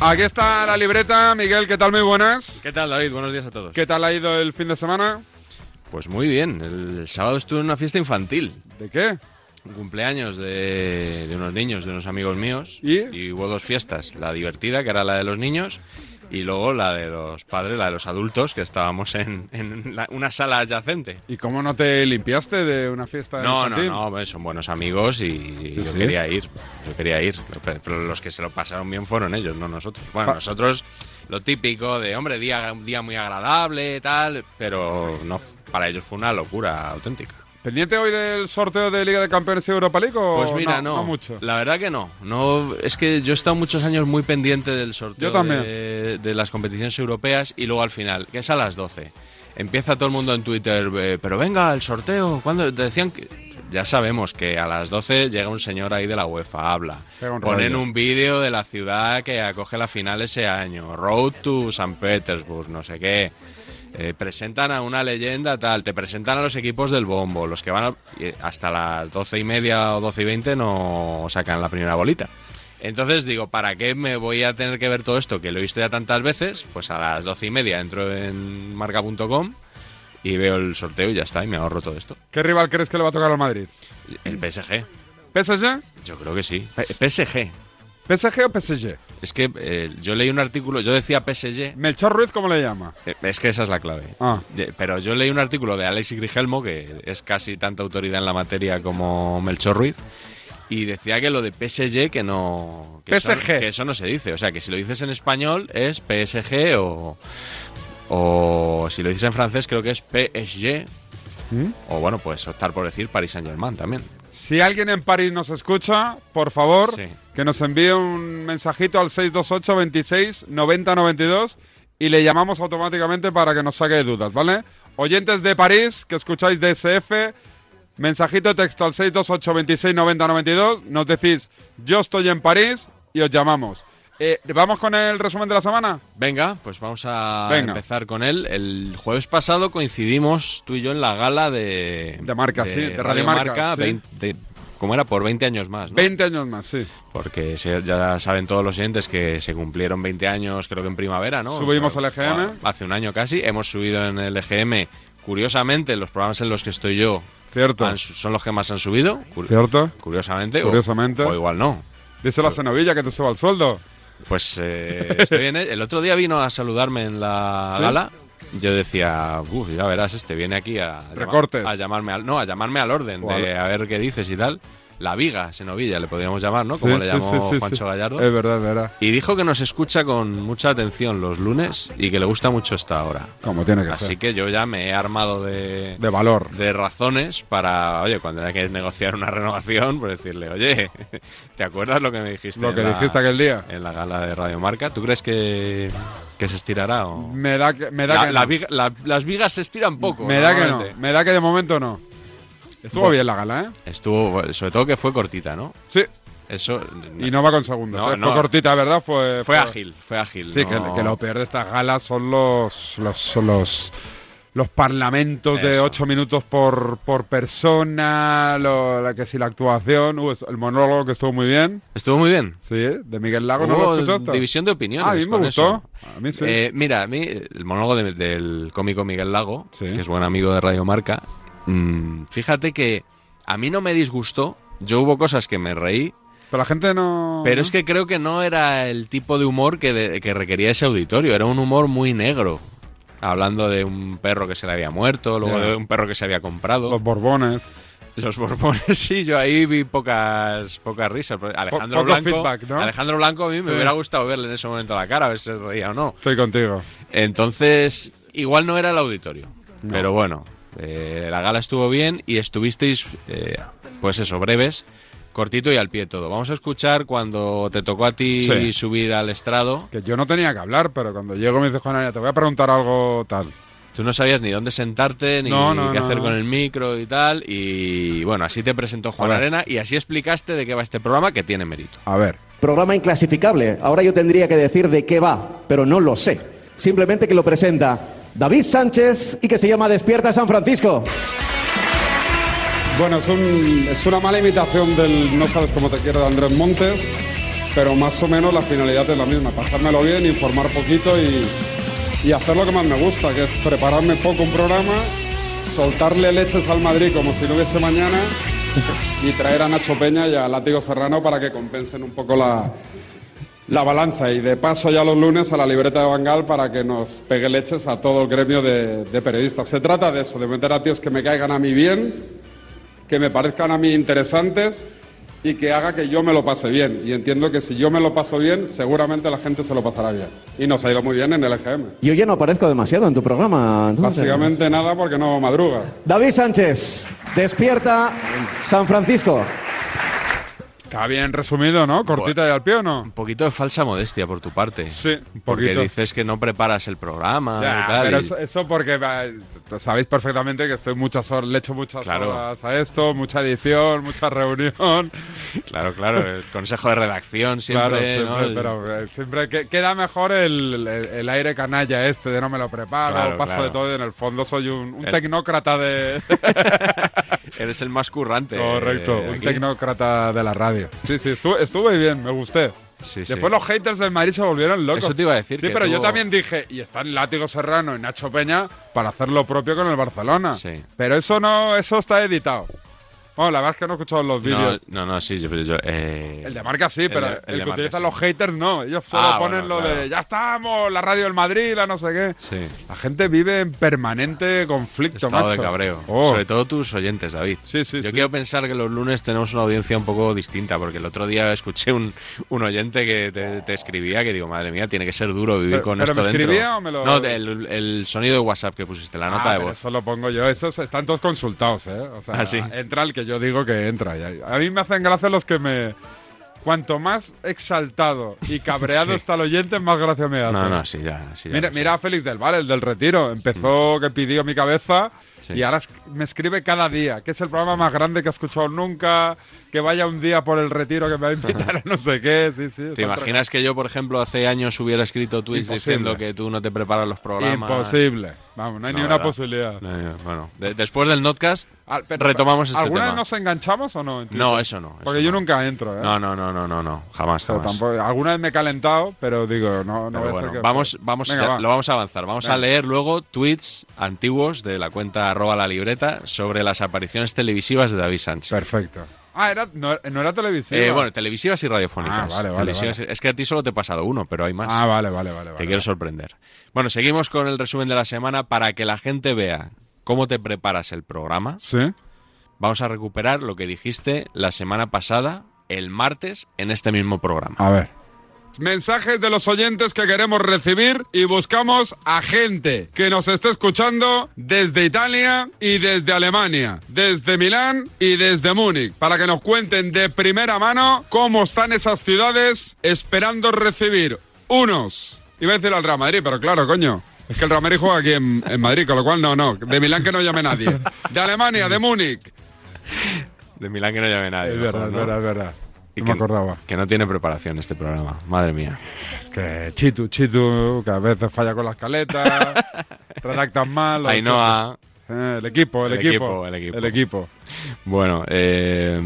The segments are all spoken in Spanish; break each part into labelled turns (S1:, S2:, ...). S1: Aquí está la libreta. Miguel, ¿qué tal? Muy buenas.
S2: ¿Qué tal, David? Buenos días a todos.
S1: ¿Qué tal ha ido el fin de semana?
S2: Pues muy bien. El sábado estuve en una fiesta infantil.
S1: ¿De qué?
S2: Un cumpleaños de, de unos niños, de unos amigos míos.
S1: ¿Y?
S2: hubo dos fiestas. La divertida, que era la de los niños, y luego la de los padres, la de los adultos, que estábamos en, en la- una sala adyacente.
S1: ¿Y cómo no te limpiaste de una fiesta
S2: No, no,
S1: infantil?
S2: no, hombre, son buenos amigos y yo
S1: sí.
S2: quería ir, yo quería ir, Lo- pero los que se lo pasaron bien fueron ellos, no nosotros. Bueno,
S1: Pa-
S2: nosotros lo típico de, hombre, día, un día muy agradable, tal, pero no, para ellos fue una locura auténtica.
S1: ¿Pendiente hoy del sorteo de Liga de Campeones y Europa League o
S2: Pues mira,
S1: no,
S2: no,
S1: mucho.
S2: la verdad que no, no, es que yo he estado muchos años muy pendiente del sorteo
S1: Yo también.
S2: De, de las competiciones europeas y luego al final, que es a las 12. Empieza todo el mundo en Twitter, eh, pero venga, el sorteo, cuando decían que... Ya sabemos que a las 12 llega un señor ahí de la UEFA, habla.
S1: Pega un
S2: Ponen
S1: rollo.
S2: un vídeo de la ciudad que acoge la final ese año. Road to San Petersburg, no sé qué. Eh, presentan a una leyenda tal, te presentan a los equipos del bombo, los que van al- eh, hasta las doce y media o doce y veinte no sacan la primera bolita. Entonces digo, ¿para qué me voy a tener que ver todo esto? Que lo he visto ya tantas veces, pues a las doce y media entro en marca.com y veo el sorteo y ya está, y me ahorro todo esto.
S1: ¿Qué rival crees que le va a tocar al Madrid?
S2: El PSG,
S1: ¿PSG?
S2: yo creo que sí. P- PSG.
S1: ¿PSG o PSG?
S2: Es que eh, yo leí un artículo, yo decía PSG,
S1: ¿Melchor Ruiz cómo le llama?
S2: Eh, Es que esa es la clave.
S1: Ah.
S2: De- Pero yo leí un artículo de Alexis Grigelmo, que es casi tanta autoridad en la materia como Melchor Ruiz, y decía que lo de PSG que no... Que Eso,
S1: PSG.
S2: que eso no se dice. O sea, que si lo dices en español es PSG o... O si lo dices en francés creo que es PSG.
S1: ¿Mm?
S2: O bueno, pues optar por decir Paris Saint-Germain también.
S1: Si alguien en París nos escucha, por favor,
S2: Sí.
S1: que nos envíe un mensajito al 628 26 90 92 y le llamamos automáticamente para que nos saque dudas, ¿vale? Oyentes de París que escucháis DSF, mensajito de texto al 628 26 90 92, nos decís, yo estoy en París y os llamamos. Eh, ¿Vamos con el resumen de la semana?
S2: Venga, pues vamos a
S1: Venga.
S2: empezar con él. El jueves pasado coincidimos tú y yo en la gala de...
S1: De Marca, sí, de Radio Marca, sí.
S2: 20 de- ¿Cómo era? Por 20 años más, ¿no?
S1: 20 años más, sí.
S2: Porque se- ya saben todos los oyentes que se cumplieron 20 años, creo que en primavera, ¿no?
S1: Subimos
S2: Claro,
S1: al E EGM.
S2: Hace un año casi. Hemos subido en el EGM. Curiosamente, los programas en los que estoy yo
S1: Cierto.
S2: han su- son los que más han subido. Cur-
S1: ¿Cierto?
S2: Curiosamente. o-
S1: Curiosamente.
S2: O, igual no.
S1: Díselo a Cenovilla que te suba el sueldo.
S2: Pues eh, estoy en el, el otro día vino a saludarme en la
S1: ¿Sí?
S2: gala. Yo decía, "Uf, ya verás, este viene aquí a, llama-
S1: Recortes.
S2: a llamarme al no, a llamarme al orden
S1: O
S2: de a ver qué dices y tal. La viga, Senovilla, le podríamos llamar, ¿no?
S1: Sí,
S2: Como le
S1: sí,
S2: llamó
S1: sí, sí, sí.
S2: Juancho Gallardo.
S1: Es verdad, es verdad.
S2: Y dijo que nos escucha con mucha atención los lunes y que le gusta mucho esta hora.
S1: Como tiene que
S2: Así
S1: ser.
S2: que yo ya me he armado de,
S1: De valor.
S2: de razones para, oye, cuando haya que negociar una renovación, por decirle, oye, ¿te acuerdas lo que me dijiste,
S1: Lo
S2: en
S1: que
S2: la-
S1: dijiste aquel día.
S2: en la gala de Radio Marca? ¿Tú crees que, que se estirará? o-
S1: Me da que, me da
S2: La-
S1: que
S2: la
S1: no.
S2: viga- la- las vigas se estiran poco.
S1: Me da que no.
S2: normalmente.
S1: Me da que de momento no. Estuvo
S2: Bueno.
S1: bien la gala, ¿eh?
S2: Estuvo, sobre todo que fue cortita, ¿no?
S1: Sí.
S2: Eso.
S1: Y no va con segundos.
S2: No,
S1: ¿eh?
S2: no.
S1: Fue cortita, ¿verdad? Fue,
S2: Fue ágil, fue ágil.
S1: Sí, que-
S2: no-
S1: que, lo peor de estas galas son los los son los, los parlamentos de
S2: Eso.
S1: ocho minutos por, por persona, lo- la que si la actuación, uh, el monólogo que estuvo muy bien,
S2: Estuvo muy bien.
S1: sí, de Miguel Lago, Ah, ¿no
S2: Hubo
S1: lo escuchaste?
S2: división de opiniones.
S1: Ah, a mí me
S2: con
S1: gustó.
S2: eso.
S1: A mí sí.
S2: Eh, mira, a mí el monólogo de- del cómico Miguel Lago,
S1: Sí.
S2: que es buen amigo de Radio Marca, mm, fíjate que a mí no me disgustó. Yo hubo cosas que me reí,
S1: pero la gente no.
S2: pero es que creo que no era el tipo de humor que, de- que requería ese auditorio. Era un humor muy negro. Hablando de un perro que se le había muerto, luego
S1: Ya.
S2: de un perro que se había comprado.
S1: Los Borbones.
S2: Los Borbones, sí, yo ahí vi pocas, pocas risas. pero Alejandro
S1: poco
S2: Blanco.
S1: feedback, ¿no?
S2: Alejandro Blanco a mí me
S1: Sí.
S2: hubiera gustado verle en ese momento la cara, a ver si se reía o no.
S1: Estoy contigo.
S2: Entonces, igual no era el auditorio. Pero bueno, eh, la gala estuvo bien y estuvisteis, eh, pues eso, breves, cortito y al pie todo. Vamos a escuchar cuando te tocó a ti
S1: Sí.
S2: subir al estrado.
S1: Que yo no tenía que hablar, pero cuando llego me dice Juana, te voy a preguntar algo tal.
S2: Tú no sabías ni dónde sentarte, ni
S1: No, no,
S2: qué
S1: no,
S2: hacer
S1: no.
S2: con el micro y tal. Y bueno, así te presentó Juan
S1: ver.
S2: Arena y así explicaste de qué va este programa que tiene mérito.
S1: A ver.
S3: Programa inclasificable. Ahora yo tendría que decir de qué va, pero no lo sé. Simplemente que lo presenta David Sánchez y que se llama Despierta San Francisco.
S1: Bueno, es, un- es una mala imitación del No sabes cómo te quiero de Andrés Montes. pero más o menos la finalidad es la misma, pasármelo bien, informar poquito y, y hacer lo que más me gusta, que es prepararme poco un programa, soltarle leches al Madrid como si no hubiese mañana y traer a Nacho Peña y a Látigo Serrano para que compensen un poco la, la balanza. Y de paso ya los lunes a la libreta de Bangal para que nos pegue leches a todo el gremio de, de periodistas. Se trata de eso, de meter a tíos que me caigan a mí bien, que me parezcan a mí interesantes y que haga que yo me lo pase bien. Y entiendo que si yo me lo paso bien, seguramente la gente se lo pasará bien. Y nos ha ido muy bien en el EGM.
S3: Yo ya no aparezco demasiado en tu programa. entonces.
S1: Básicamente nada porque no madruga.
S3: David Sánchez, despierta San Francisco.
S1: Está bien resumido, ¿no? Cortita y al pie o no.
S2: Un poquito de falsa modestia por tu parte.
S1: Sí, un
S2: Porque
S1: poquito.
S2: dices que no preparas el programa
S1: Ya,
S2: Ah, y tal.
S1: pero
S2: y-
S1: eso, eso porque eh, sabéis perfectamente que estoy muchas horas, le echo muchas
S2: Claro.
S1: horas a esto, mucha edición, mucha reunión.
S2: Claro, claro, el consejo de redacción
S1: claro,
S2: siempre.
S1: siempre,
S2: ¿no? El-
S1: pero eh, siempre que- queda mejor el, el- el aire canalla este de no me lo preparo,
S2: Claro,
S1: paso
S2: claro.
S1: de todo y en el fondo soy un, un
S2: El-
S1: tecnócrata de...
S2: Eres el más currante.
S1: Correcto,
S2: eh,
S1: un
S2: aquí.
S1: tecnócrata de la radio. Sí, sí, estuve, estuve bien, me gusté.
S2: Sí, sí.
S1: Después los haters del Madrid se volvieron locos.
S2: Eso te iba a decir
S1: Sí,
S2: que
S1: pero yo
S2: tuvo-
S1: también dije, y están Látigo Serrano y Nacho Peña para hacer lo propio con el Barcelona.
S2: Sí.
S1: Pero eso no, eso está editado. Bueno, la verdad es que no he escuchado los
S2: No,
S1: vídeos.
S2: no, no, sí, yo. yo, eh,
S1: El de marca sí,
S2: el
S1: pero
S2: de-
S1: el,
S2: el de
S1: que
S2: marca,
S1: utilizan
S2: sí.
S1: los haters no. Ellos solo
S2: Ah,
S1: ponen
S2: bueno,
S1: lo
S2: claro.
S1: de ya estamos, la radio del Madrid, la no sé qué.
S2: Sí.
S1: La gente vive en permanente conflicto,
S2: Estado de
S1: macho.
S2: cabreo.
S1: Oh.
S2: Sobre todo tus oyentes, David.
S1: Sí, sí,
S2: Yo
S1: sí.
S2: quiero pensar que los lunes tenemos una audiencia un poco distinta, porque el otro día escuché un, un oyente que te, te escribía que digo, madre mía, tiene que ser duro vivir
S1: Pero-
S2: con
S1: ¿pero
S2: esto
S1: me
S2: dentro.
S1: escribía o me lo-
S2: No, el, el sonido de WhatsApp que pusiste, la nota
S1: Ah,
S2: de
S1: pero
S2: voz.
S1: Eso lo pongo yo. Esos están todos consultados, ¿eh? O sea,
S2: Ah, sí.
S1: entra el que yo digo que entra. Ya. A mí me hacen gracia los que me. Cuanto más exaltado y cabreado
S2: Sí.
S1: está el oyente, más gracia me hace.
S2: No, no, sí, ya. sí, ya
S1: Mira,
S2: lo sé. Mm.
S1: mira a Félix del Val, el del retiro. Empezó que pidió mi cabeza
S2: Sí.
S1: y ahora es- me escribe cada día, que es el programa más grande que he escuchado nunca, que vaya un día por el retiro que me va a invitar a no sé qué. Sí, sí.
S2: ¿Te
S1: es otra-
S2: imaginas que yo, por ejemplo, hace años hubiera escrito tweets
S1: Imposible.
S2: diciendo que tú no te preparas los programas?
S1: Imposible. Vamos, no hay
S2: No,
S1: ni una
S2: ¿verdad?
S1: posibilidad.
S2: No, no, bueno, de- después del notcast
S1: Ah, pero-
S2: retomamos este
S1: ¿Alguna
S2: tema.
S1: vez nos enganchamos o no? en Twitter?
S2: No, eso no. eso
S1: Porque yo
S2: no.
S1: nunca entro, ¿eh?
S2: No, no, no, no, no, no, jamás,
S1: Pero
S2: jamás.
S1: tampoco- alguna vez me he calentado, pero digo, no, no
S2: Pero
S1: voy a
S2: bueno,
S1: hacer que- pues,
S2: vamos, vamos,
S1: Venga,
S2: ya-
S1: va.
S2: lo vamos a avanzar. Vamos a
S1: Venga.
S2: leer luego tweets antiguos de la cuenta arroba la libreta sobre las apariciones televisivas de David Sánchez.
S1: Perfecto. Ah, era, no, no era televisión.
S2: Eh, bueno, televisivas y radiofónicas.
S1: Ah, vale, vale,
S2: Televisivas y- Es que a ti solo te he pasado uno, pero hay más.
S1: ah, vale, vale, vale.
S2: te
S1: vale.
S2: quiero sorprender. Bueno, seguimos con el resumen de la semana para que la gente vea cómo te preparas el programa.
S1: Sí.
S2: Vamos a recuperar lo que dijiste la semana pasada, el martes, en este mismo programa.
S1: A ver. Mensajes de los oyentes que queremos recibir y buscamos a gente que nos esté escuchando desde Italia y desde Alemania, desde Milán y desde Múnich, para que nos cuenten de primera mano cómo están esas ciudades esperando recibir unos. Iba a decir al Real Madrid, pero claro, coño. Es que el Real Madrid juega aquí en, en Madrid, con lo cual no, no. De Milán que no llame nadie. De Alemania, de Múnich.
S2: De Milán que no llame nadie. mejor, ¿no?
S1: es verdad.
S2: Y que- Que no tiene preparación este programa. Madre mía.
S1: Es que Chitu, Chitu, que a veces falla con las caletas, redactan mal. o sea,
S2: Ainhoa.
S1: eh, el equipo, el,
S2: El
S1: equipo,
S2: equipo, el equipo.
S1: El equipo.
S2: Bueno, eh,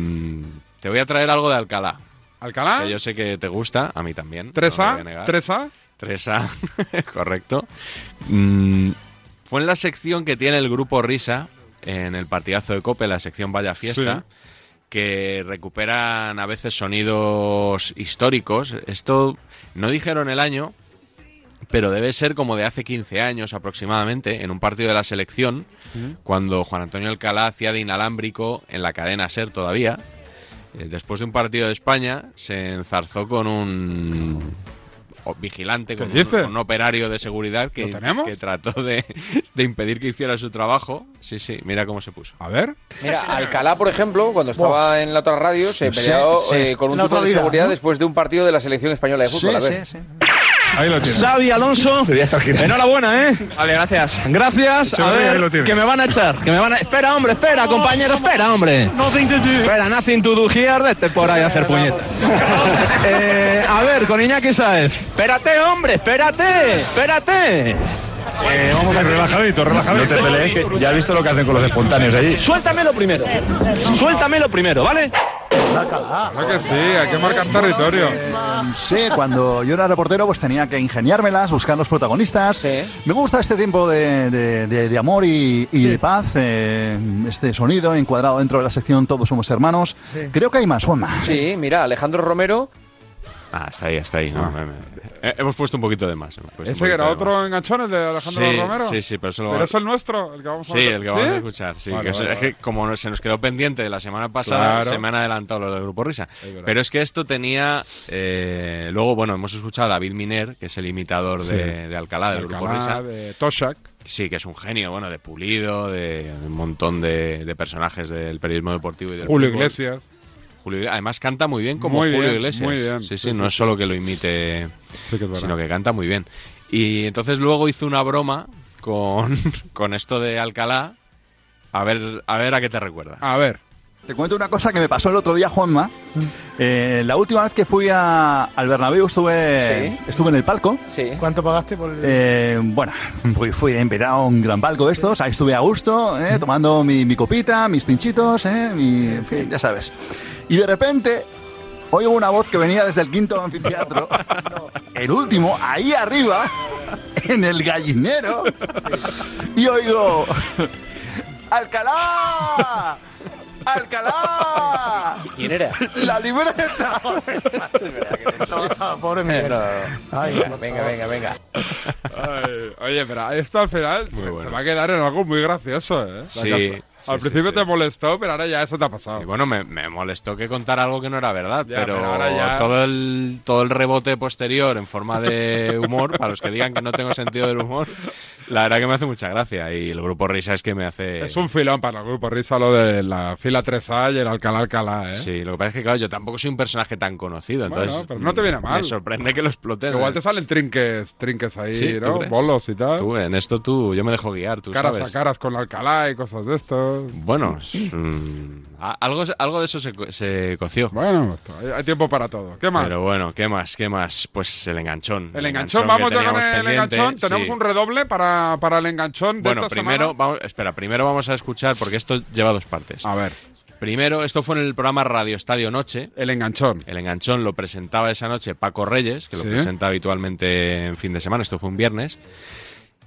S2: te voy a traer algo de Alcalá.
S1: Alcalá,
S2: Que yo sé que te gusta, a mí también. no lo voy a
S1: 3A,
S2: negar.
S1: 3A.
S2: 3A, correcto. Mm, fue en la sección que tiene el grupo Risa, en el partidazo de Cope, la sección Vaya Fiesta, que recuperan a veces sonidos históricos. Esto no dijeron el año, pero debe ser como de hace 15 años aproximadamente, en un partido de la selección, cuando Juan Antonio Alcalá hacía de inalámbrico en la cadena Ser todavía. Eh, Después de un partido de España, se enzarzó con un o- vigilante, con
S1: ¿Qué
S2: un,
S1: dices?
S2: un operario de seguridad que,
S1: ¿Lo tenemos?
S2: que trató de, de impedir que hiciera su trabajo. Sí, sí, mira cómo se puso.
S1: A ver.
S4: Mira, Alcalá, por ejemplo, cuando estaba en la otra radio, se peleó
S5: sí.
S4: eh, con un
S5: La
S4: tipo de
S5: autoridad,
S4: seguridad
S5: ¿no?
S4: después de un partido de la selección española de fútbol. a ver.
S1: Ahí lo tienes.
S5: Xavi Alonso. Enhorabuena, ¿eh? Vale, gracias. Gracias. A
S1: ahí lo
S5: ver,
S1: tienes.
S5: que me van a echar. Que me van a... Espera, hombre, espera, compañero, espera, hombre. Espera, nothing to do here, vete por ahí a hacer puñetas. Eh, a ver, con Iñaki Saez. Espérate, hombre, espérate, espérate.
S6: Relajadito, relajadito.
S7: ya has visto lo que hacen con los espontáneos allí.
S5: Suéltamelo primero. Suéltamelo primero, ¿vale?
S7: Alcalá.
S1: Ah, Claro que sí, hay que marcar territorio.
S7: Sí, cuando yo era reportero, pues tenía que ingeniármelas, buscar los protagonistas.
S4: Sí.
S7: Me gusta este tiempo de, de- de- de amor y, y de paz, eh, este sonido encuadrado dentro de la sección Todos somos hermanos. Creo que hay más, Juanma.
S4: Sí, mira, Alejandro Romero.
S2: Ah, está ahí, está ahí. ¿no? Me- me- eh, hemos puesto un poquito de más. hemos puesto Pues un
S1: ¿Ese que era
S2: poquito de más.
S1: otro enganchón, el de Alejandro
S2: Sí,
S1: Romero?
S2: sí, sí, pero eso lo-
S1: ¿Pero es el nuestro, el que vamos a
S2: Sí, el que vamos a
S1: ¿Sí?
S2: escuchar. Sí,
S1: Vale,
S2: que es-
S1: vale,
S2: es que como no- se nos quedó pendiente de la semana pasada,
S1: Claro.
S2: se me han adelantado los del Grupo Risa.
S1: verdad.
S2: Pero es que esto tenía. eh, luego, bueno, hemos escuchado a David Miner, que es el imitador
S1: Sí.
S2: de, de Alcalá, del
S1: El
S2: Grupo
S1: canal
S2: Risa.
S1: de Toshak.
S2: Sí, que es un genio, bueno, de Pulido, de un montón de, de personajes del periodismo deportivo y del
S1: Julio
S2: fútbol.
S1: Iglesias.
S2: Julio Iglesias. Además, canta muy bien como
S1: Muy
S2: Julio
S1: bien,
S2: Iglesias.
S1: muy bien.
S2: Sí, sí,
S1: Sí,
S2: no
S1: sí,
S2: es solo que lo imite
S1: Sí que es verdad.
S2: sino que canta muy bien. Y entonces luego hizo una broma con, con esto de Alcalá. A ver, a ver a qué te recuerda.
S1: A ver.
S7: Te cuento una cosa que me pasó el otro día, Juanma. Eh, la última vez que fui a- al Bernabéu estuve,
S4: Sí.
S7: estuve en el palco.
S4: Sí.
S8: ¿Cuánto pagaste por el.?
S7: Eh, bueno, fui, fui de invitado a un gran palco de estos, ahí estuve a gusto, eh, tomando mi, mi copita, mis pinchitos, eh, mi- en fin, ya sabes. Y de repente oigo una voz que venía desde el quinto anfiteatro, el último, ahí arriba, en el gallinero, y oigo, ¡Alcalá! ¡Alcalá!
S4: ¿Quién era?
S7: ¡La libreta!
S8: Ah, pobre Miguel. Ay,
S4: Venga, venga, venga, venga.
S1: Ay, oye, pero esto al final se,
S2: bueno.
S1: se va a quedar en algo muy gracioso, ¿eh? La
S2: Sí,
S1: que-
S2: sí,
S1: Al
S2: sí,
S1: principio
S2: sí.
S1: te molestó, pero ahora ya eso te ha pasado.
S2: Y bueno, me, me molestó que contara algo que no era verdad,
S1: Ya,
S2: pero,
S1: pero ahora ya-
S2: todo el todo el rebote posterior en forma de humor, para los que digan que no tengo sentido del humor, la verdad que me hace mucha gracia. Y el grupo Risa es que me hace.
S1: Es un filón para el grupo Risa lo de la fila 3A y el Alcalá Alcalá, ¿eh?
S2: Sí, lo que pasa es que, claro, yo tampoco soy un personaje tan conocido,
S1: Bueno,
S2: entonces.
S1: pero no te viene mal.
S2: Me sorprende que lo exploten.
S1: Igual te salen trinques, trinques ahí,
S2: eh. Sí, ¿tú
S1: ¿no?
S2: crees?
S1: Bolos y tal.
S2: Tú, en esto tú, yo me dejo guiar, tú
S1: caras
S2: sabes.
S1: a caras con Alcalá y cosas de esto.
S2: Bueno, es, mm, a- algo, algo de eso se, co- se coció.
S1: Bueno, hay- hay tiempo para todo. ¿Qué más?
S2: Pero bueno, ¿qué más? ¿Qué más? Pues el enganchón.
S1: el enganchón, vamos
S2: que
S1: ya con
S2: teníamos
S1: el
S2: pendiente,
S1: enganchón. Tenemos
S2: sí.
S1: un redoble para, para el enganchón de
S2: Bueno,
S1: esta
S2: primero,
S1: semana?
S2: vamos, espera, primero vamos a escuchar, porque esto lleva dos partes.
S1: A ver,
S2: Primero, esto fue en el programa Radio Estadio Noche.
S1: el enganchón.
S2: El enganchón lo presentaba esa noche Paco Reyes, que lo
S1: Sí.
S2: presenta habitualmente en fin de semana, esto fue un viernes.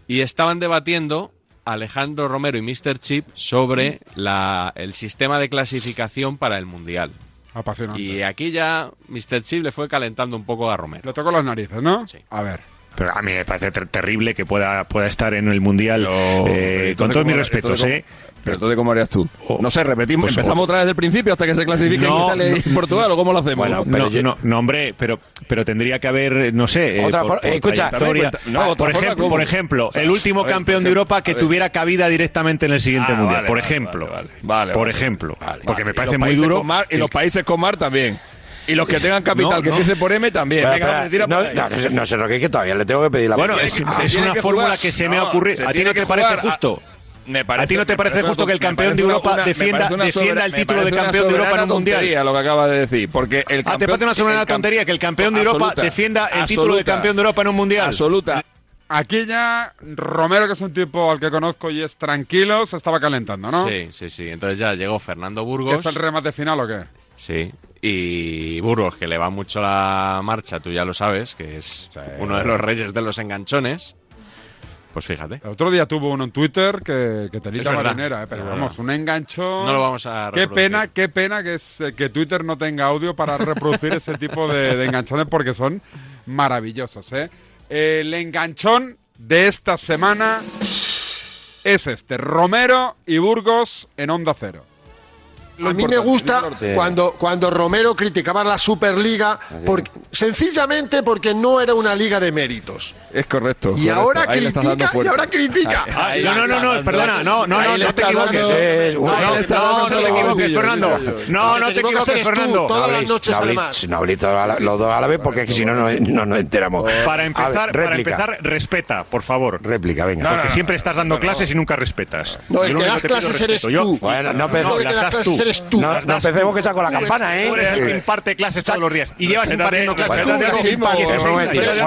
S2: Y estaban debatiendo Alejandro Romero y Mr. Chip sobre la- el sistema de clasificación para el Mundial.
S1: Apasionante.
S2: Y aquí ya Mr. Chip le fue calentando un poco a Romero.
S1: Lo toco las narices, ¿no?
S2: Sí.
S1: A ver.
S6: Pero a mí me parece ter- terrible que pueda, pueda estar en el Mundial, eh, con todos mis respetos, ¿eh?
S5: Pero entonces, ¿cómo harías tú? No sé, repetimos.
S6: Pues,
S5: ¿Empezamos otra vez del principio hasta que se clasifiquen
S6: No,
S5: Italia y
S6: no,
S5: Portugal o cómo lo hacemos?
S6: Bueno, no, no, no, hombre, pero, pero tendría que haber, eh, no sé, eh,
S5: Otra for- eh, escucha,
S6: trayectoria.
S5: también cuenta- no,
S6: Ah,
S5: otra
S6: por,
S5: forma,
S6: ejemplo,
S5: ¿cómo?
S6: por ejemplo, el último
S5: a ver,
S6: campeón
S5: por
S6: de
S5: ejemplo,
S6: Europa que
S5: a ver.
S6: tuviera cabida directamente en el siguiente
S5: Ah,
S6: Mundial,
S5: vale,
S6: por
S5: vale,
S6: ejemplo.
S5: vale, vale,
S6: por
S5: vale.
S6: ejemplo,
S5: Vale,
S6: porque
S5: vale.
S6: me
S5: Y
S6: parece
S5: los
S6: muy
S5: países
S6: duro.
S5: con mar- y los países con mar también. Y los que tengan capital
S6: No,
S5: que
S6: no.
S5: empiece por M también.
S9: Espera,
S5: Venga,
S9: espera,
S5: hombre, tira por ahí.
S9: no, no, no se lo que todavía le tengo que pedir la
S6: Bueno,
S9: mano.
S6: es,
S5: tiene
S6: es
S5: que- se tiene
S6: una
S5: que
S6: fórmula
S5: jugar.
S6: que se me ha
S5: No,
S6: ocurrido.
S5: se
S6: ¿A ti
S5: tiene
S6: no
S5: que
S6: te parece
S5: jugar a-
S6: justo?
S5: Me
S6: ¿A ti no te
S5: me
S6: parece justo que el
S5: me
S6: campeón
S5: parece
S6: de
S5: una-
S6: Europa
S5: una- me
S6: defienda-
S5: parece una
S6: defienda
S5: sobera-
S6: el
S5: me
S6: título de
S5: parece una
S6: campeón de Europa en un
S5: soberana
S6: mundial?
S5: tontería lo que acaba de decir, porque el
S6: Ah, te parece una soberana
S5: el cam-
S6: tontería que el campeón de Europa
S5: Absoluta.
S6: defienda el título de
S5: Absoluta.
S6: campeón de Europa en un mundial.
S5: Absoluta.
S1: Aquí ya Romero, que es un tipo al que conozco y es tranquilo, se estaba calentando, ¿no?
S2: Sí, sí, sí. Entonces ya llegó Fernando
S1: ¿Que
S2: Burgos.
S1: ¿Es el remate final o qué?
S2: Sí. Y Burgos, que le va mucho la marcha, tú ya lo sabes, que es uno de los reyes de los enganchones. Pues fíjate.
S1: El otro día tuvo uno en Twitter que, que telita
S2: Es verdad,
S1: marinera, ¿eh?
S2: es
S1: pero
S2: verdad.
S1: vamos, un enganchón.
S2: No lo vamos a
S1: Qué
S2: reproducir.
S1: pena, qué pena que, se- que Twitter no tenga audio para reproducir ese tipo de, de enganchones porque son maravillosos, ¿eh? El enganchón de esta semana es este, Romero y Burgos en Onda Cero.
S9: Lo
S10: A mí me
S9: importante,
S10: gusta
S9: dime lo que-
S10: cuando, cuando Romero criticaba la Superliga, porque, sencillamente porque no era una liga de méritos.
S5: Es correcto.
S10: Y
S5: correcto.
S10: ahora
S5: Ahí le estás dando
S10: critica, y
S5: fuerza.
S10: ahora critica.
S6: Ah, no, no, no, no, perdona, no, no,
S10: Ahí
S6: no,
S10: le
S6: no te
S10: está dando-
S6: equivoques.
S9: Eh,
S6: No,
S9: ahí le
S5: está
S6: no, no
S5: dando
S6: te
S5: el
S6: equivoques,
S5: bolsillo,
S6: Fernando.
S5: yo, yo, yo.
S6: No,
S10: Si
S6: no
S10: te
S6: te
S10: equivocas
S6: equivoques,
S10: eres tú,
S6: Fernando.
S10: todas las
S9: hablís-
S10: noches,
S9: no hablís-
S10: además.
S9: no hablís toda la- los dos a la vez porque es que si no, no no nos enteramos.
S10: Pues,
S6: Para
S9: A
S6: empezar,
S9: ver,
S6: para
S9: réplica,
S6: empezar, respeta, por favor.
S9: réplica, venga.
S6: Porque siempre estás dando clases y nunca respetas.
S10: No, el
S6: Yo lo
S10: que
S6: único
S10: das
S6: te pido
S10: clases
S6: respeto.
S10: eres
S6: Yo-
S10: tú.
S9: Bueno, no, pero-
S10: Tú el que
S6: las
S10: das
S6: das
S10: clases
S6: tú.
S11: eres tú.
S12: No,
S11: las
S12: no
S11: das
S12: empecemos
S11: tú.
S12: que saco la
S11: Tú eres-
S12: campana, ¿eh?
S11: tú eres el
S12: Eh,
S11: que
S13: imparte clases todos los días. Y llevas impartiendo clases.
S12: Espérate a ti mismo, un momentito, un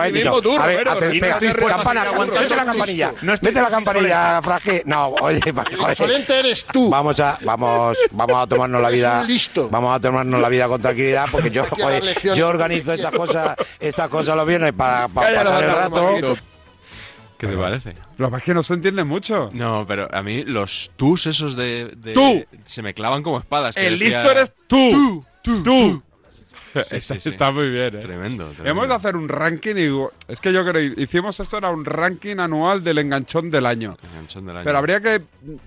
S12: momentito. A ver, atención, espera, campana, aguanta, vete la campanilla. Vete la campanilla, Fraje. No, oye, va, joder.
S11: Insolente eres tú.
S12: Vamos a, vamos, vamos a tomarnos la
S11: Eres
S12: vida.
S11: un listo.
S12: Vamos a tomarnos la vida con tranquilidad porque yo,
S11: Hay que dar
S12: joder,
S11: lecciones.
S12: yo organizo estas cosas, estas cosas los viernes para, para
S11: Cállalo,
S12: pasar el
S11: anda,
S12: rato.
S2: ¿Qué te parece?
S1: Lo que pasa es que no se entiende mucho.
S2: No, pero a mí los tus esos de... de-
S1: Tú.
S2: Se me clavan como espadas. que
S1: El
S2: decía-
S1: listo eres tú. Tú.
S2: Sí,
S1: Está-
S2: sí, sí.
S1: Está muy bien, ¿eh?
S2: Tremendo, tremendo.
S1: Hemos de hacer un ranking y digo- es que yo creo hicimos esto era un ranking anual del enganchón del año.
S2: Enganchón del año.
S1: Pero habría que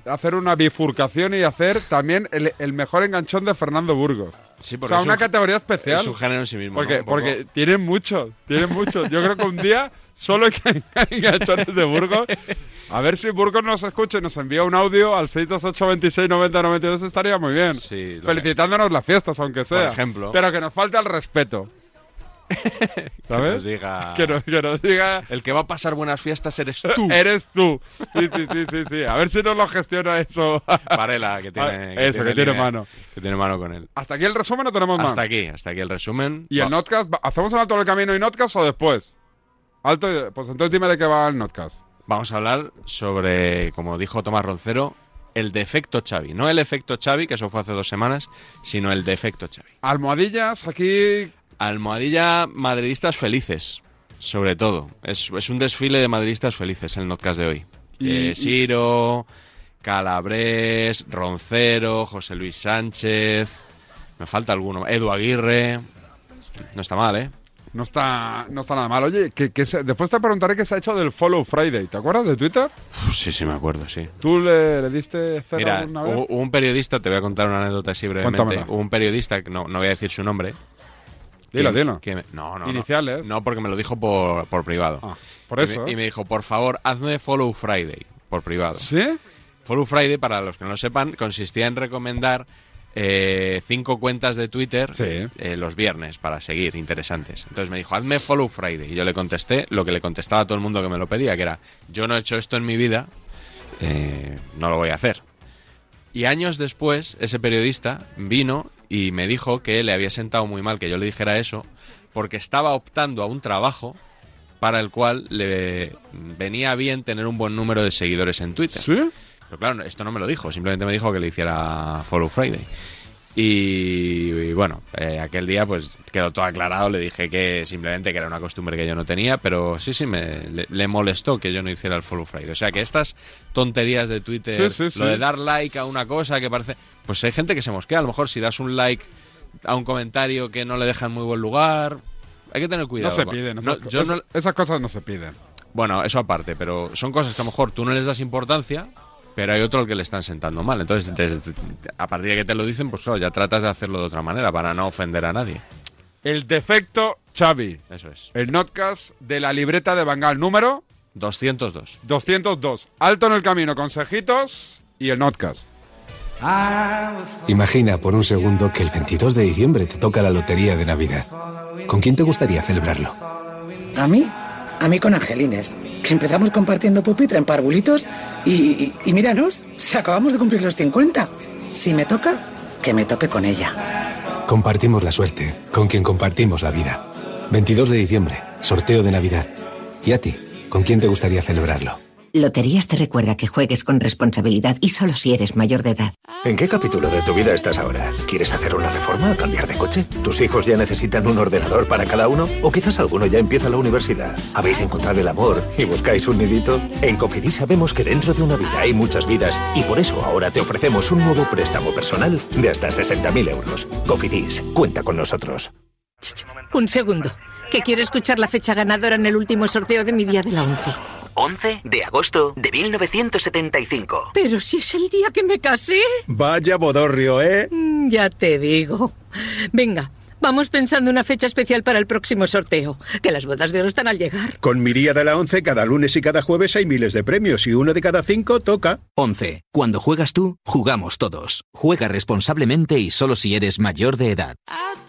S1: hacer una bifurcación y hacer también el, el mejor enganchón de Fernando Burgos.
S2: Sí,
S1: o
S2: porque
S1: sea,
S2: es
S1: una
S2: un-
S1: categoría especial.
S2: Es un género en sí mismo.
S1: Porque,
S2: ¿no? Un poco.
S1: porque tienen muchos, tienen muchos. Yo creo que un día solo hay que hay enganchones de Burgos. A ver si Burgos nos escucha y nos envía un audio al 628-2690-92, estaría muy bien.
S2: Sí, lo
S1: Felicitándonos las fiestas, aunque sea.
S2: ejemplo.
S1: Pero que nos falta el respeto.
S2: que
S1: ¿Sabes?
S2: nos diga.
S1: Que nos, que nos diga,
S2: Ah. El que va a pasar buenas fiestas eres tú.
S1: eres tú. Sí, sí, sí, sí, sí. A ver si nos lo gestiona eso. Ah,
S2: Varela, que tiene.
S1: Eso, que tiene
S2: línea-
S1: mano.
S2: Que tiene mano con él.
S1: Hasta aquí el resumen no tenemos más.
S2: Hasta aquí, hasta aquí el resumen.
S1: ¿Y el
S2: Va-
S1: notcast? va- ¿Hacemos un alto en el camino y notcast o después? Alto, y- pues entonces dime de qué va el notcast.
S2: Vamos a hablar sobre, como dijo Tomás Roncero, el defecto Xavi. No el efecto Xavi, que eso fue hace dos semanas, sino el defecto Xavi.
S1: Almohadillas, aquí
S2: Almohadilla madridistas felices, sobre todo. Es, es un desfile de madridistas felices el podcast de hoy.
S1: Y-
S2: Eh, Siro, Calabrés, Roncero, José Luis Sánchez. Me falta alguno. Edu Aguirre. No está mal, ¿eh?
S1: no está, no está nada mal. Oye, que, que se- después te preguntaré qué se ha hecho del Follow Friday. ¿Te acuerdas de Twitter?
S2: Uf, sí, sí, me acuerdo, sí.
S1: ¿Tú le, le diste cero
S2: Mira, oh,
S1: alguna vez?
S2: hubo hubo un periodista, te voy a contar una anécdota así brevemente.
S1: Cuéntamela.
S2: Hubo un periodista, que- no, no voy a decir su nombre.
S1: Dilo,
S2: que-
S1: dilo.
S2: que me- no, no, no.
S1: Iniciales.
S2: No, porque me lo dijo por, por privado.
S1: Ah, por
S2: Y
S1: eso.
S2: me- Y me, dijo, por favor, hazme Follow Friday, por privado.
S1: ¿Sí?
S2: Follow Friday, para los que no lo sepan, consistía en recomendar eh, cinco cuentas de Twitter
S1: Sí.
S2: eh, los viernes para seguir, interesantes. Entonces me dijo, hazme Follow Friday. Y yo le contesté lo que le contestaba a todo el mundo que me lo pedía, que era, yo no he hecho esto en mi vida, eh, no lo voy a hacer. Y años después, ese periodista vino y me dijo que le había sentado muy mal que yo le dijera eso, porque estaba optando a un trabajo para el cual le venía bien tener un buen número de seguidores en Twitter.
S1: ¿Sí?
S2: Pero claro, esto no me lo dijo, simplemente me dijo que le hiciera Follow Friday. Y, y bueno, eh, aquel día pues quedó todo aclarado, le dije que simplemente que era una costumbre que yo no tenía, pero sí, sí, me, le, le molestó que yo no hiciera el Follow Friday. O sea que estas tonterías de Twitter,
S1: Sí, sí,
S2: lo
S1: sí.
S2: de dar like a una cosa que parece... Pues hay gente que se mosquea, a lo mejor si das un like a un comentario que no le deja en muy buen lugar... Hay que tener
S1: No
S2: cuidado.
S1: se
S2: va.
S1: piden.
S2: No,
S1: Esas,
S2: yo no-
S1: esas- esas cosas no se piden.
S2: bueno, eso aparte, pero son cosas que a lo mejor tú no les das importancia, pero hay otro al que le están sentando mal. Entonces, desde- a partir de que te lo dicen, pues claro, ya tratas de hacerlo de otra manera para no ofender a nadie.
S1: El defecto Xavi.
S2: Eso es.
S1: El notcast de la libreta de Bangal número
S2: 202.
S1: 202. Alto en el camino, consejitos y el notcast.
S5: Imagina por un segundo que el 22 de diciembre te toca la lotería de Navidad. ¿Con quién te gustaría celebrarlo?
S14: ¿A mí? A mí con Angelines, que empezamos compartiendo pupitre en parvulitos y, y- y míranos, si acabamos de cumplir los 50. Si me toca, que me toque con ella.
S5: Compartimos la suerte, con quien compartimos la vida. 22 de diciembre, sorteo de Navidad. ¿Y a ti? ¿Con quién te gustaría celebrarlo?
S15: Loterías te recuerda que juegues con responsabilidad y solo si eres mayor de edad.
S5: ¿En qué capítulo de tu vida estás ahora? ¿Quieres hacer una reforma o cambiar de coche? ¿Tus hijos ya necesitan un ordenador para cada uno? ¿O quizás alguno ya empieza la universidad? ¿Habéis encontrado el amor y buscáis un nidito? En Cofidis sabemos que dentro de una vida hay muchas vidas y por eso ahora te ofrecemos un nuevo préstamo personal de hasta 60.000 euros. Cofidis, cuenta con nosotros.
S15: Un segundo, que quiero escuchar la fecha ganadora en el último sorteo de mi día de la once.
S4: 11 de agosto de 1975.
S15: Pero si es el día que me casé.
S16: Vaya bodorrio, ¿eh?
S15: Mm, Ya te digo. Venga, vamos pensando una fecha especial para el próximo sorteo, que las bodas de oro están al llegar.
S16: Con Miría de la 11, cada lunes y cada jueves hay miles de premios y uno de cada cinco toca.
S4: 11. Cuando juegas tú, jugamos todos. Juega responsablemente y solo si eres mayor de edad.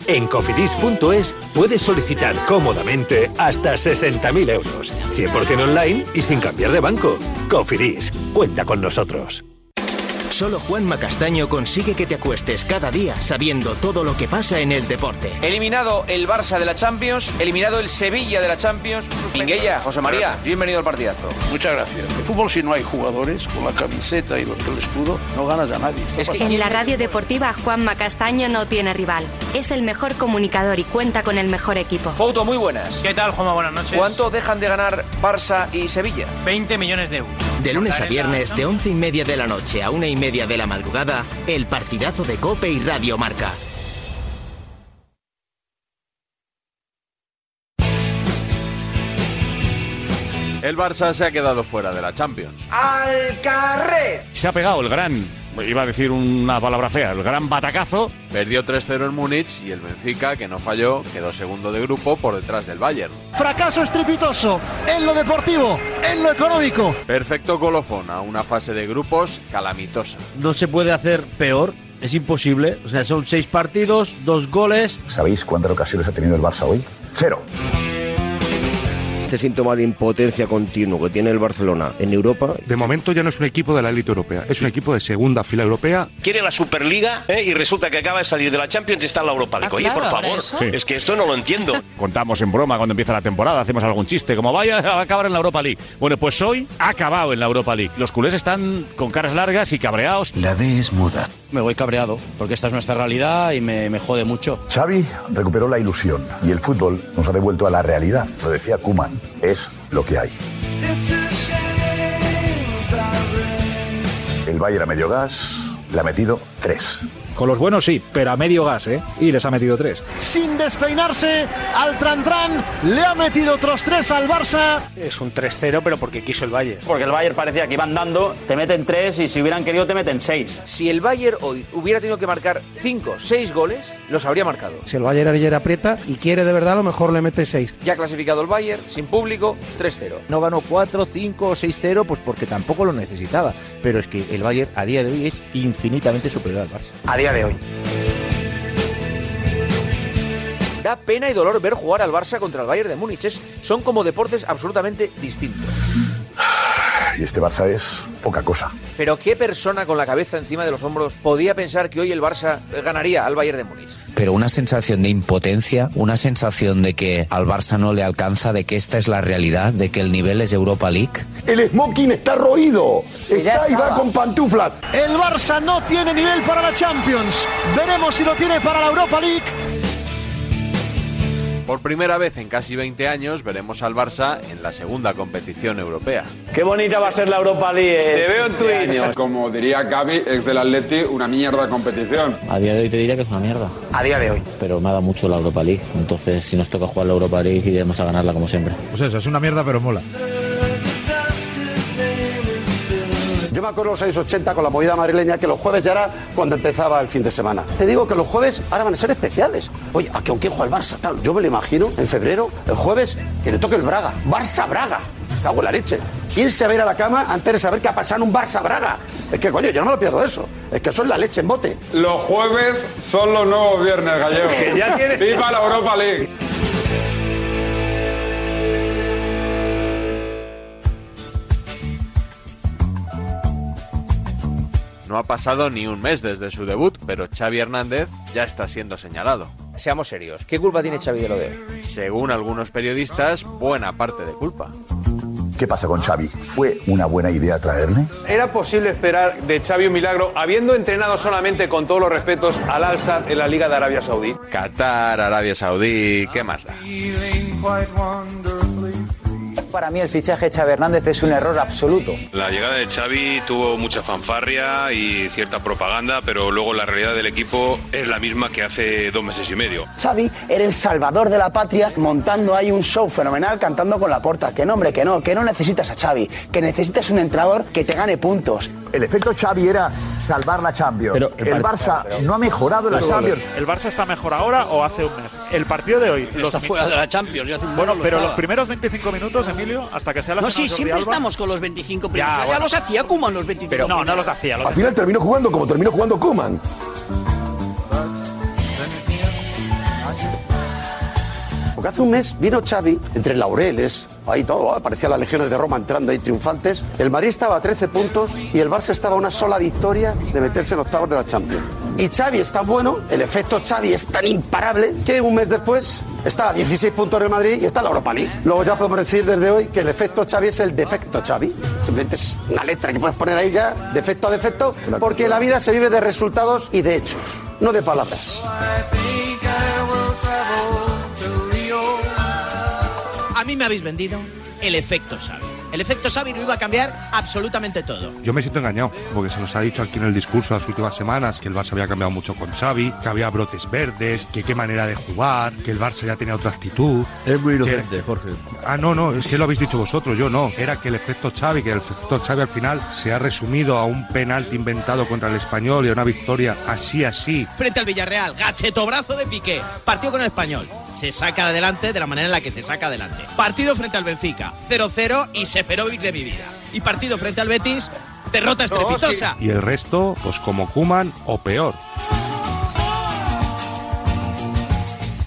S5: En cofidis.es puedes solicitar cómodamente hasta 60.000 euros, 100% online y sin cambiar de banco. Cofidis, cuenta con nosotros.
S17: Solo Juanma Castaño consigue que te acuestes cada día sabiendo todo lo que pasa en el deporte.
S4: Eliminado el Barça de la Champions, eliminado el Sevilla de la Champions. Minguella, José María, bienvenido al partidazo.
S18: Muchas gracias. En fútbol, si no hay jugadores, con la camiseta y el escudo, no ganas a nadie. Pues
S19: En la radio deportiva Juanma Castaño no tiene rival. Es el mejor comunicador y cuenta con el mejor equipo.
S4: Foto, muy buenas.
S20: ¿Qué tal, Juanma? Buenas noches.
S4: ¿Cuánto dejan de ganar Barça y Sevilla?
S20: 20 millones de euros.
S17: De lunes a viernes, de once y media de la noche a una y media de la madrugada, el partidazo de Cope y Radio Marca.
S2: El Barça se ha quedado fuera de la Champions.
S21: ¡Al carrer!
S22: Se ha pegado el gran, iba a decir una palabra fea, el gran batacazo.
S2: Perdió 3-0 en Múnich y el Benfica, que no falló, quedó segundo de grupo por detrás del Bayern.
S10: Fracaso estrepitoso en lo deportivo, en lo económico.
S2: Perfecto colofón a una fase de grupos calamitosa.
S23: No se puede hacer peor. Es imposible. O sea, son seis partidos, dos goles.
S3: ¿Sabéis cuántas ocasiones ha tenido el Barça hoy? Cero.
S24: Este síntoma de impotencia continuo que tiene el Barcelona en Europa.
S5: De momento ya no es un equipo de la élite europea, es un equipo de segunda fila europea.
S25: Quiere la Superliga ¿eh? y resulta que acaba de salir de la Champions y está en la Europa League.
S5: Ah,
S25: Oye, por
S5: claro,
S25: favor,
S5: ¿eso? Sí.
S25: es que esto no lo entiendo.
S22: Contamos en broma cuando empieza la temporada, hacemos algún chiste, como vaya a acabar en la Europa League. Bueno, pues hoy ha acabado en la Europa League. Los culés están con caras largas y cabreados.
S3: La D es muda.
S5: Me voy cabreado, porque esta es nuestra realidad y me, me jode mucho.
S3: Xavi recuperó la ilusión y el fútbol nos ha devuelto a la realidad. Lo decía Kuman, es lo que hay. El Bayern a medio gas le ha metido tres.
S5: Con los buenos sí, pero a medio gas, ¿eh? Y les ha metido tres.
S10: Sin despeinarse, al Trantrán le ha metido otros tres al Barça.
S5: Es un 3-0, pero porque quiso el Valle.
S26: Porque el Bayern parecía que iban dando, te meten tres y si hubieran querido te meten seis.
S4: Si el Bayern hoy hubiera tenido que marcar 5, 6 goles, los habría marcado.
S5: Si el Bayern ayer aprieta y quiere de verdad, a lo mejor le mete seis.
S4: Ya clasificado el Bayern, sin público, 3-0.
S5: No ganó 4, 5 o 6-0, pues porque tampoco lo necesitaba. Pero es que el Bayern a día de hoy es infinitamente superior al Barça.
S26: A día de hoy.
S4: Da pena y dolor ver jugar al Barça contra el Bayern de Múnich. Es- son como deportes absolutamente distintos.
S3: Y este Barça es poca cosa.
S4: Pero ¿qué persona con la cabeza encima de los hombros podía pensar que hoy el Barça eh, ganaría al Bayern de Múnich?
S27: pero una sensación de impotencia, una sensación de que al Barça no le alcanza, de que esta es la realidad, de que el nivel es Europa League.
S10: El smoking está roído. Está
S27: y va estaba. con
S10: pantuflas. El Barça no tiene nivel para la Champions. Veremos si lo tiene para la Europa League.
S2: Por primera vez en casi 20 años veremos al Barça en la segunda competición europea.
S26: Qué bonita va a ser la Europa League.
S2: Te veo en Twitch.
S1: Como diría Gaby, ex del Atleti, una mierda de competición.
S26: A día de hoy te diría que es una mierda. A día de hoy. Pero me ha dado mucho la Europa League. Entonces, si nos toca jugar la Europa League, iremos a ganarla como siempre.
S5: Pues eso, es una mierda, pero mola.
S11: Yo me acuerdo los años 80 con la movida madrileña que los jueves ya era cuando empezaba el fin de semana. Te digo que los jueves ahora van a ser especiales. Oye, ¿a que aunque juega el Barça? Tal, yo me lo imagino en febrero, el jueves, que le toque el Braga. Barça-Braga. Cago en la leche. Irse a ver a la cama antes de saber que ha pasado en un Barça-Braga. Es que, coño, yo no me lo pierdo eso. Es que eso es la leche en bote.
S1: Los jueves son los nuevos viernes, gallego.
S11: Que ya tiene-
S1: ¡Viva la Europa League!
S2: No ha pasado ni un mes desde su debut, pero Xavi Hernández ya está siendo señalado.
S4: Seamos serios, ¿qué culpa tiene Xavi de lo de hoy?
S2: Según algunos periodistas, buena parte de culpa.
S3: ¿Qué pasa con Xavi? ¿Fue una buena idea traerle?
S28: ¿Era posible esperar de Xavi un milagro habiendo entrenado solamente con todos los respetos al Al-Sadd en la Liga de Arabia Saudí?
S2: Qatar, Arabia Saudí, ¿qué más da?
S26: Para mí, el fichaje de Xavi Hernández es un error absoluto.
S29: La llegada de Xavi tuvo mucha fanfarria y cierta propaganda, pero luego la realidad del equipo es la misma que hace dos meses y medio.
S11: Xavi era el salvador de la patria montando ahí un show fenomenal cantando con la porta. Que no, hombre, que no, que no necesitas a Xavi, que necesitas un entrenador que te gane puntos.
S3: El efecto Xavi era salvar la Champions.
S11: Pero
S3: el,
S11: el par-
S3: Barça
S11: pero-
S3: no ha mejorado la
S30: Pero-
S3: Champions.
S30: ¿El Barça está mejor ahora o hace un mes? El partido de hoy.
S31: Está fuera de la Champions, ya hace un
S30: Bueno,
S31: mes no lo
S30: pero los
S31: estaba.
S30: primeros 25 minutos, Emilio, hasta que sea la
S31: No, sí, siempre estamos con los 25 primeros. Ya,
S30: bueno.
S31: los hacía Kuman los 25
S30: Pero no, no
S31: primeros.
S30: los hacía. los
S12: Al final terminó jugando como terminó jugando Kuman.
S11: Porque que hace un mes vino Xavi, entre laureles, ahí todo, ah, parecía las legiones de Roma entrando ahí triunfantes. El Madrid estaba a 13 puntos y el Barça estaba a una sola victoria de meterse en octavos de la Champions. Y Xavi es tan bueno, el efecto Xavi es tan imparable, que un mes después está a 16 puntos del Madrid y está en la Europa League. Luego ya podemos decir desde hoy que el efecto Xavi es el defecto Xavi. Simplemente es una letra que puedes poner ahí ya, defecto a defecto, porque la vida se vive de resultados y de hechos, no de palabras.
S32: A mí me habéis vendido el efecto Xavi. El efecto Xavi lo iba a cambiar absolutamente todo.
S5: Yo me siento engañado, porque se nos ha dicho aquí en el discurso las últimas semanas que el Barça había cambiado mucho con Xavi, que había brotes verdes, que qué manera de jugar, que el Barça ya tenía otra actitud.
S14: Es muy
S5: que-
S14: inocente, Jorge.
S5: Ah, no, no, es que lo habéis dicho vosotros, yo no. Era que el efecto Xavi, que el efecto Xavi al final se ha resumido a un penalti inventado contra el español y a una victoria así, así.
S32: Frente al Villarreal, gacheto brazo de Piqué. Partido con el español. Se saca adelante de la manera en la que se saca adelante. Partido frente al Benfica. 0-0 y Seferovic de mi vida. Y partido frente al Betis, derrota estrepitosa.
S5: Y el resto, pues como Kuman o peor.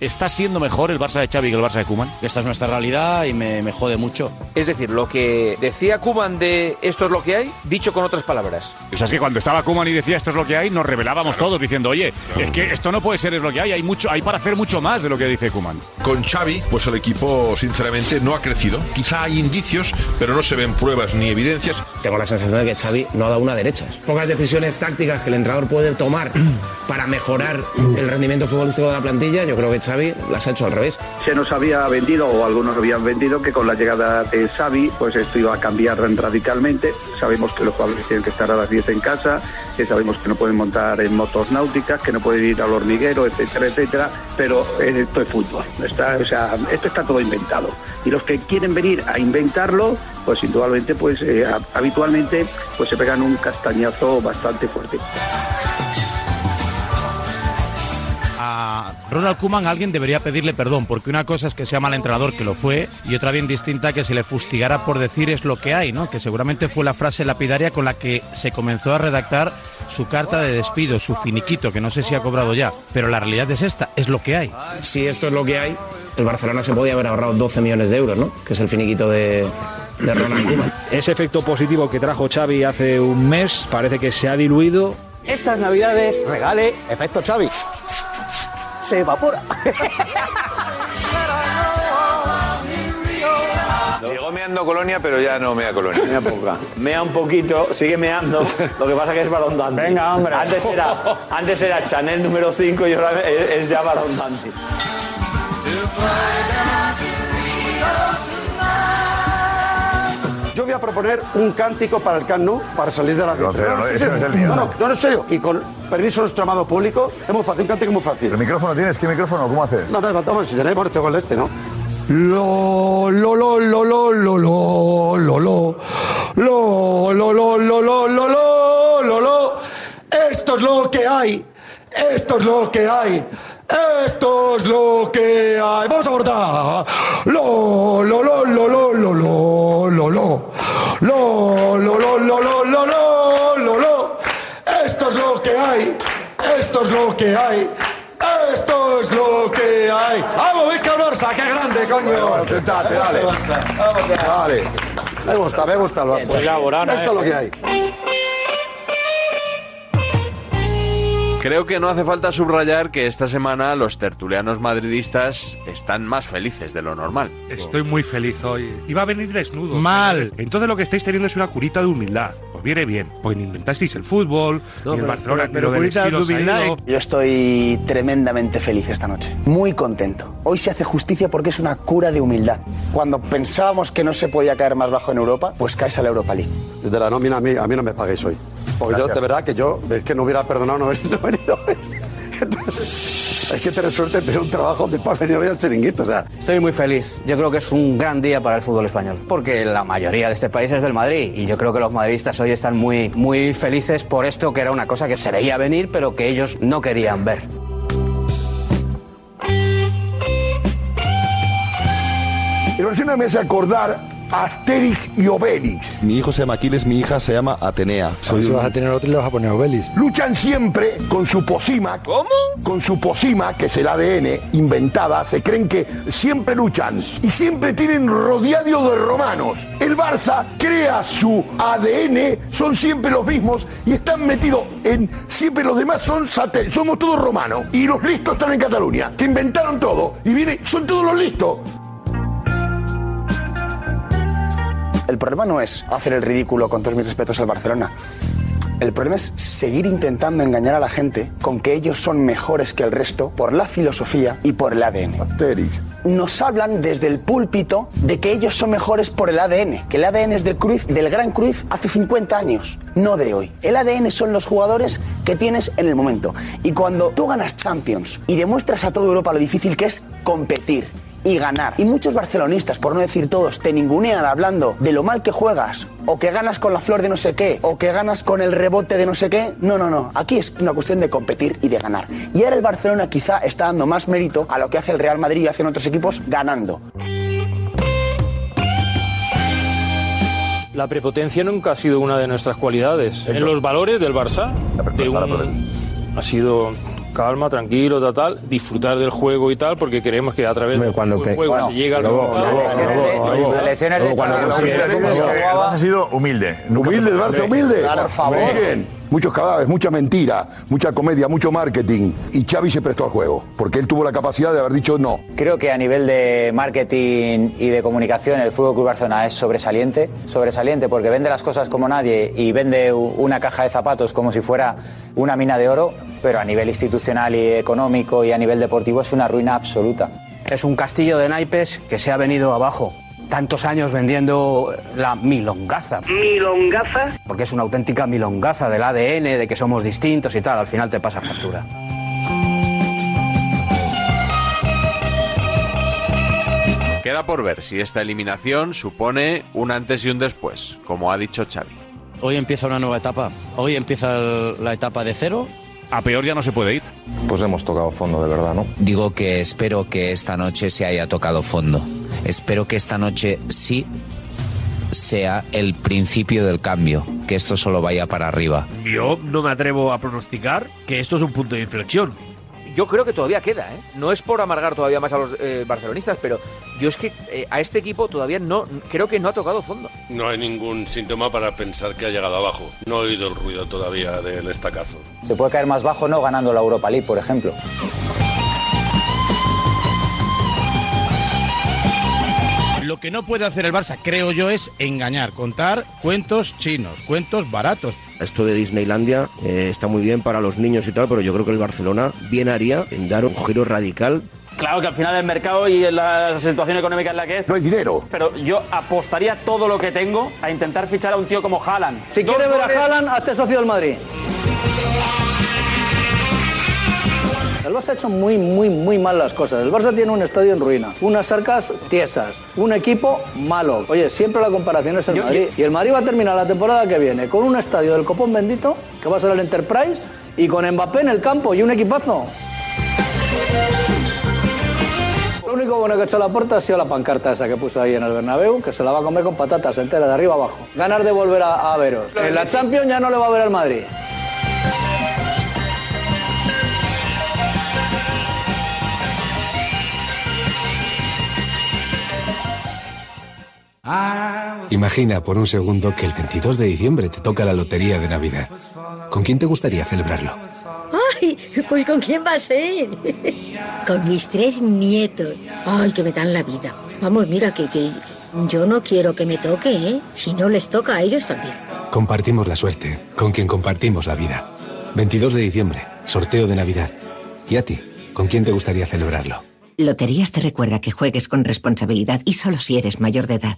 S33: ¿Está siendo mejor el Barça de Xavi que el Barça de Kuman?
S17: Esta es nuestra realidad y me, me jode mucho.
S34: Es decir, lo que decía Kuman de esto es lo que hay, dicho con otras palabras.
S33: O sea, es que cuando estaba Kuman y decía esto es lo que hay, nos revelábamos todos diciendo, oye, es que esto no puede ser es lo que hay, hay mucho, hay para hacer mucho más de lo que dice Kuman.
S12: Con Xavi, pues el equipo sinceramente no ha crecido. Quizá hay indicios, pero no se ven pruebas ni evidencias.
S35: Tengo la sensación de que Xavi no ha dado una derecha. Pocas decisiones tácticas que el entrenador puede tomar para mejorar el rendimiento futbolístico de la plantilla, yo creo que Xavi las ha hecho al revés.
S36: Se nos había vendido, o algunos habían vendido, que con la llegada de Xavi, pues esto iba a cambiar radicalmente. Sabemos que los jugadores tienen que estar a las 10 en casa, que sabemos que no pueden montar en motos náuticas, que no pueden ir al hormiguero, etcétera, etcétera. Pero eh, esto es fútbol, está, o sea, esto está todo inventado. Y los que quieren venir a inventarlo, pues indudablemente, pues eh, a- habitualmente, pues se pegan un castañazo bastante fuerte.
S4: A Ronald Kuman alguien debería pedirle perdón, porque una cosa es que sea mal entrenador, que lo fue, y otra bien distinta que se le fustigara por decir es lo que hay, ¿no? Que seguramente fue la frase lapidaria con la que se comenzó a redactar su carta de despido, su finiquito, que no sé si ha cobrado ya, pero la realidad es esta, es lo que hay.
S35: Si esto es lo que hay, el Barcelona se podía haber ahorrado 12 millones de euros, ¿no? Que es el finiquito de, de Ronald Koeman.
S4: Ese efecto positivo que trajo Xavi hace un mes parece que se ha diluido.
S10: Estas navidades regale efecto Xavi. Se evapora.
S37: Llegó meando Colonia, pero ya no mea Colonia.
S26: Mea poca. Mea un poquito, sigue meando. Lo que pasa que es Barón Danti. Venga, hombre. Antes era, antes era Chanel número 5 y ahora es, es ya Barón Danti.
S11: Yo voy a proponer un cántico para el Camp Nou para salir de la
S3: No, no, no,
S11: sí,
S3: ese
S11: sí.
S3: no es el mío,
S11: No, no,
S3: no.
S11: no, en serio. Y con permiso de nuestro amado público, es muy fácil, un cántico muy fácil. ¿El
S3: micrófono tienes? ¿Qué micrófono? ¿Cómo haces?
S11: No, no, no, vamos, si tenemos este con este, ¿no? Lo, lo, lo, lo, lo, lo, lo, lo, lo, lo, lo, lo, lo, lo, lo, lo, lo, lo. Esto es lo que hay. Esto es lo que hay. Esto es lo que hay. Vamos a abordar. Lo, lo, lo, lo, lo, lo, lo, lo, lo. Lo, lo, lo, lo, lo, lo, lo, lo, lo. Esto es lo que hay. Esto es lo que hay. Esto es lo que hay. ¡Vamos, Vizca Barça! ¡Qué grande, coño!
S12: sentate, dale.
S11: Vale. Me gusta, me gusta el Barça.
S10: Pues ya, Borana,
S11: Esto es
S2: eh.
S11: lo que hay.
S2: Creo que no hace falta subrayar que esta semana los tertulianos madridistas están más felices de lo normal.
S5: Estoy muy feliz hoy. Iba a venir desnudo.
S4: Mal.
S5: Entonces lo que estáis teniendo es una curita de humildad. Os viene bien. Pues ni inventasteis el fútbol,
S4: No,
S5: ni el
S4: pero-
S5: Barcelona, ni lo
S4: pero- pero
S5: del
S4: curita de
S5: estilo se ha
S4: humildad
S5: ido.
S17: Yo estoy tremendamente feliz esta noche. Muy contento. Hoy se hace justicia porque es una cura de humildad. Cuando pensábamos que no se podía caer más bajo en Europa, pues caes a la Europa League.
S11: De la nómina a mí, a mí no me paguéis hoy. Porque yo,
S17: Gracias.
S11: de verdad, que yo es que no hubiera perdonado no haber no haber venido hoy. Entonces, es que te resulta tener un trabajo de para venir hoy al chiringuito, o sea.
S10: Estoy muy feliz. Yo creo que es un gran día para el fútbol español. Porque la mayoría de este país es del Madrid. Y yo creo que los madridistas hoy están muy, muy felices por esto, que era una cosa que se veía venir, pero que ellos no querían ver.
S12: El Barcelona me hace acordar Asterix y Obelix.
S38: Mi hijo se llama Aquiles, mi hija se llama Atenea.
S39: Soy si vas a tener otro y le vas a poner Obelis.
S12: Luchan siempre con su posima. ¿Cómo? Con su posima, que es el ADN, inventada. Se creen que siempre luchan y siempre tienen rodeado de romanos. El Barça crea su ADN, son siempre los mismos y están metidos en. Siempre los demás son satélites. Somos todos romanos. Y los listos están en Cataluña, que inventaron todo. Y viene, son todos los listos.
S17: El problema no es hacer el ridículo con todos mis respetos al Barcelona. El problema es seguir intentando engañar a la gente con que ellos son mejores que el resto por la filosofía y por el ADN. Nos hablan desde el púlpito de que ellos son mejores por el ADN, que el ADN es de Cruyff, del gran Cruyff hace 50 años, no de hoy. El ADN son los jugadores que tienes en el momento. Y cuando tú ganas Champions y demuestras a toda Europa lo difícil que es competir, y ganar. Y muchos barcelonistas, por no decir todos, te ningunean hablando de lo mal que juegas, o que ganas con la flor de no sé qué, o que ganas con el rebote de no sé qué. No, no, no. Aquí es una cuestión de competir y de ganar. Y ahora el Barcelona quizá está dando más mérito a lo que hace el Real Madrid y hacen otros equipos ganando.
S5: La prepotencia nunca ha sido una de nuestras cualidades. En los valores del Barça, de un- ha sido calma, tranquilo, tal, tal, disfrutar del juego y tal, porque creemos que a través del
S40: cuando que-
S5: juego
S40: bueno,
S5: se llega al
S40: luego-
S5: resultado.
S40: luego- luego- luego- luego cuando consigue-
S12: ha sido humilde. humilde, el Barça, humilde. Bien. Muchos cadáveres, mucha mentira, mucha comedia, mucho marketing. Y Xavi se prestó al juego, porque él tuvo la capacidad de haber dicho no.
S26: Creo que a nivel de marketing y de comunicación el Fútbol Club Barcelona es sobresaliente, sobresaliente porque vende las cosas como nadie y vende u- una caja de zapatos como si fuera una mina de oro, pero a nivel institucional y económico y a nivel deportivo es una ruina absoluta.
S41: Es un castillo de naipes que se ha venido abajo. Tantos años vendiendo la milongaza. ¿Milongaza? Porque es una auténtica milongaza del ADN, de que somos distintos y tal. Al final te pasa factura.
S2: Queda por ver si esta eliminación supone un antes y un después, como ha dicho Xavi.
S11: Hoy empieza una nueva etapa. Hoy empieza el- la etapa de cero.
S42: A peor ya no se puede ir.
S5: Pues hemos tocado fondo, de verdad, ¿no?
S43: Digo que espero que esta noche se haya tocado fondo. Espero que esta noche sí sea el principio del cambio, que esto solo vaya para arriba.
S44: Yo no me atrevo a pronosticar que esto es un punto de inflexión.
S45: Yo creo que todavía queda, ¿eh? No es por amargar todavía más a los eh, barcelonistas, pero yo es que eh, a este equipo todavía no, creo que no ha tocado fondo.
S43: No hay ningún síntoma para pensar que ha llegado abajo. No he oído el ruido todavía del estacazo.
S26: Se puede caer más bajo no ganando la Europa League, por ejemplo.
S44: Lo que no puede hacer el Barça, creo yo, es engañar, contar cuentos chinos, cuentos baratos.
S11: Esto de Disneylandia eh, está muy bien para los niños y tal, pero yo creo que el Barcelona bien haría en dar un giro radical.
S46: Claro que al final el mercado y la situación económica en la que es.
S12: No hay dinero.
S46: Pero yo apostaría todo lo que tengo a intentar fichar a un tío como Haaland. Si quiere ver a Haaland, hazte socio del Madrid.
S4: El Barça ha hecho muy, muy, muy mal las cosas. El Barça tiene un estadio en ruina, unas arcas tiesas, un equipo malo. Oye, siempre la comparación es el
S32: Yo-
S4: Madrid. Y el Madrid va a terminar la temporada que viene con un estadio del Copón Bendito, que va a ser el Enterprise, y con Mbappé en el campo y un equipazo. Lo único bueno que ha hecho la puerta ha sido la pancarta esa que puso ahí en el Bernabéu, que se la va a comer con patatas entera, de arriba abajo. Ganar de volver a, a veros. En la Champions ya no le va a ver al Madrid.
S14: Imagina por un segundo que el 22 de diciembre te toca la lotería de Navidad. ¿Con quién te gustaría celebrarlo?
S47: ¡Ay! Pues ¿con quién va a ser? Con mis tres nietos. ¡Ay, que me dan la vida! Vamos, mira, que, que yo no quiero que me toque, ¿eh? Si no les toca a ellos también.
S14: Compartimos la suerte con quien compartimos la vida. 22 de diciembre, sorteo de Navidad. ¿Y a ti? ¿Con quién te gustaría celebrarlo?
S48: Loterías te recuerda que juegues con responsabilidad y solo si eres mayor de edad.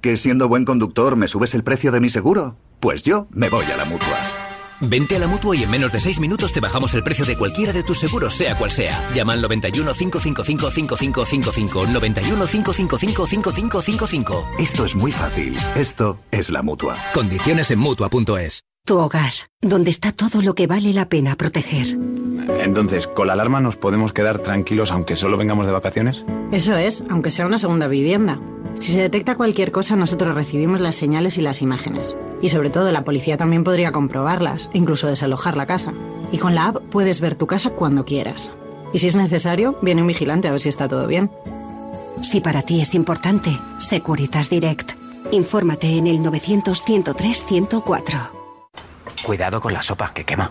S4: ¿Que siendo buen conductor me subes el precio de mi seguro? Pues yo me voy a la mutua. Vente a la mutua y en menos de 6 minutos te bajamos el precio de cualquiera de tus seguros, sea cual sea. Llama al 91 555 5555. 91 555 5555. Esto es muy fácil. Esto es la mutua. Condiciones en mutua.es.
S48: Tu hogar, donde está todo lo que vale la pena proteger.
S49: Entonces, ¿con la alarma nos podemos quedar tranquilos aunque solo vengamos de vacaciones?
S6: Eso es, aunque sea una segunda vivienda. Si se detecta cualquier cosa, nosotros recibimos las señales y las imágenes. Y sobre todo, la policía también podría comprobarlas, e incluso desalojar la casa. Y con la app puedes ver tu casa cuando quieras. Y si es necesario, viene un vigilante a ver si está todo bien.
S48: Si para ti es importante, Securitas Direct. Infórmate en el 900-103-104.
S50: Eh, Cuidado con la sopa que quema.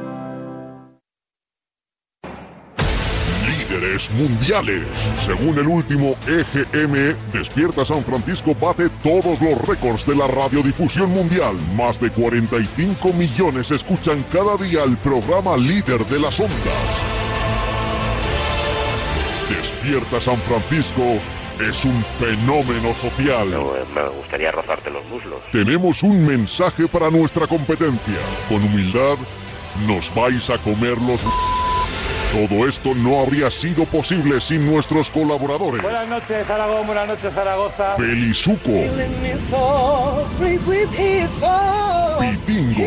S51: líderes mundiales. Según el último EGM, Despierta San Francisco bate todos los récords de la radiodifusión mundial. Más de 45 millones escuchan cada día el programa líder de las ondas. Despierta San Francisco es un fenómeno social.
S52: eh, Me gustaría rozarte los muslos.
S51: Tenemos un mensaje para nuestra competencia. Con humildad, nos vais a comer los... Todo esto no habría sido posible sin nuestros colaboradores.
S53: Buenas noches, Aragón. Buenas noches, Zaragoza.
S51: Felizuco, Pitingo,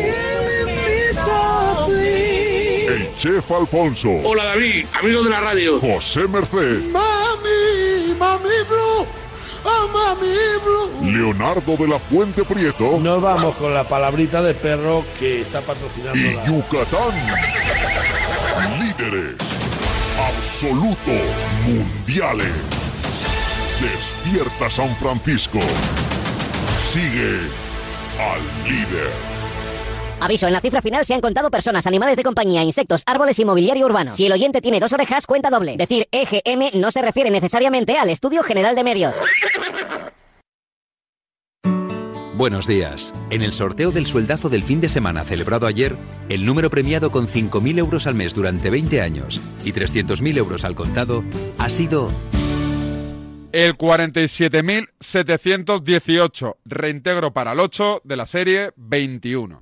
S51: el chef Alfonso,
S54: Hola David, amigo de la radio.
S51: José Merced,
S54: Mami, mami blue, mami blue.
S51: Leonardo de la Fuente Prieto
S55: Nos vamos con la palabrita de perro que está patrocinando
S51: y
S55: la...
S51: Yucatán. Líderes, absolutos, mundiales. Despierta San Francisco. Sigue al líder.
S55: Aviso, en la cifra final se han contado personas, animales de compañía, insectos, árboles y mobiliario urbano. Si el oyente tiene dos orejas, cuenta doble. Decir EGM no se refiere necesariamente al Estudio General de Medios.
S5: Buenos días. En el sorteo del sueldazo del fin de semana celebrado ayer, el número premiado con 5.000 euros al mes durante 20 años y 300.000 euros al contado ha sido
S1: El 47.718, reintegro para el 8 de la serie 21.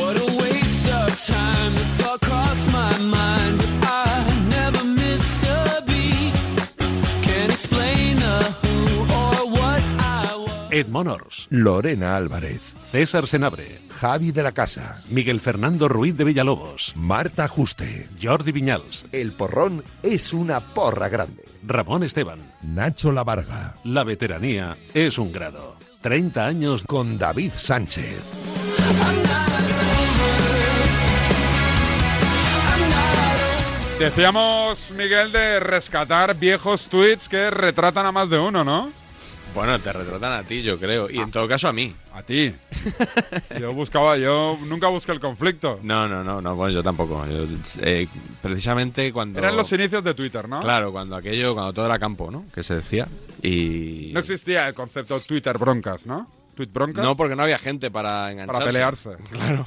S32: What a waste of time. The thought crossed my mind, but I never missed a beat. Can't explain the who or what I was.
S56: Ed Monors, Lorena Álvarez, César Senabre, Javi de la Casa, Miguel Fernando Ruiz de Villalobos, Marta Juste, Jordi Viñals, El Porrón es una porra grande, Ramón Esteban, Nacho La Varga, La veteranía es un grado, 30 años con David Sánchez.
S1: Decíamos, Miguel, de rescatar viejos tweets que retratan a más de uno, ¿no?
S2: Bueno, te retratan a ti, yo creo. Y en todo caso a mí.
S1: Ah. A ti. yo buscaba, yo nunca busqué el conflicto.
S2: No, no, no, no bueno, yo tampoco. Yo, eh, precisamente cuando.
S1: Eran los inicios de Twitter, ¿no?
S2: Claro, cuando aquello, cuando todo era campo, ¿no? Que se decía. Y.
S1: No existía el concepto Twitter broncas, ¿no? Tweet broncas.
S2: No, porque no había gente para engancharse.
S1: Para pelearse.
S2: Claro.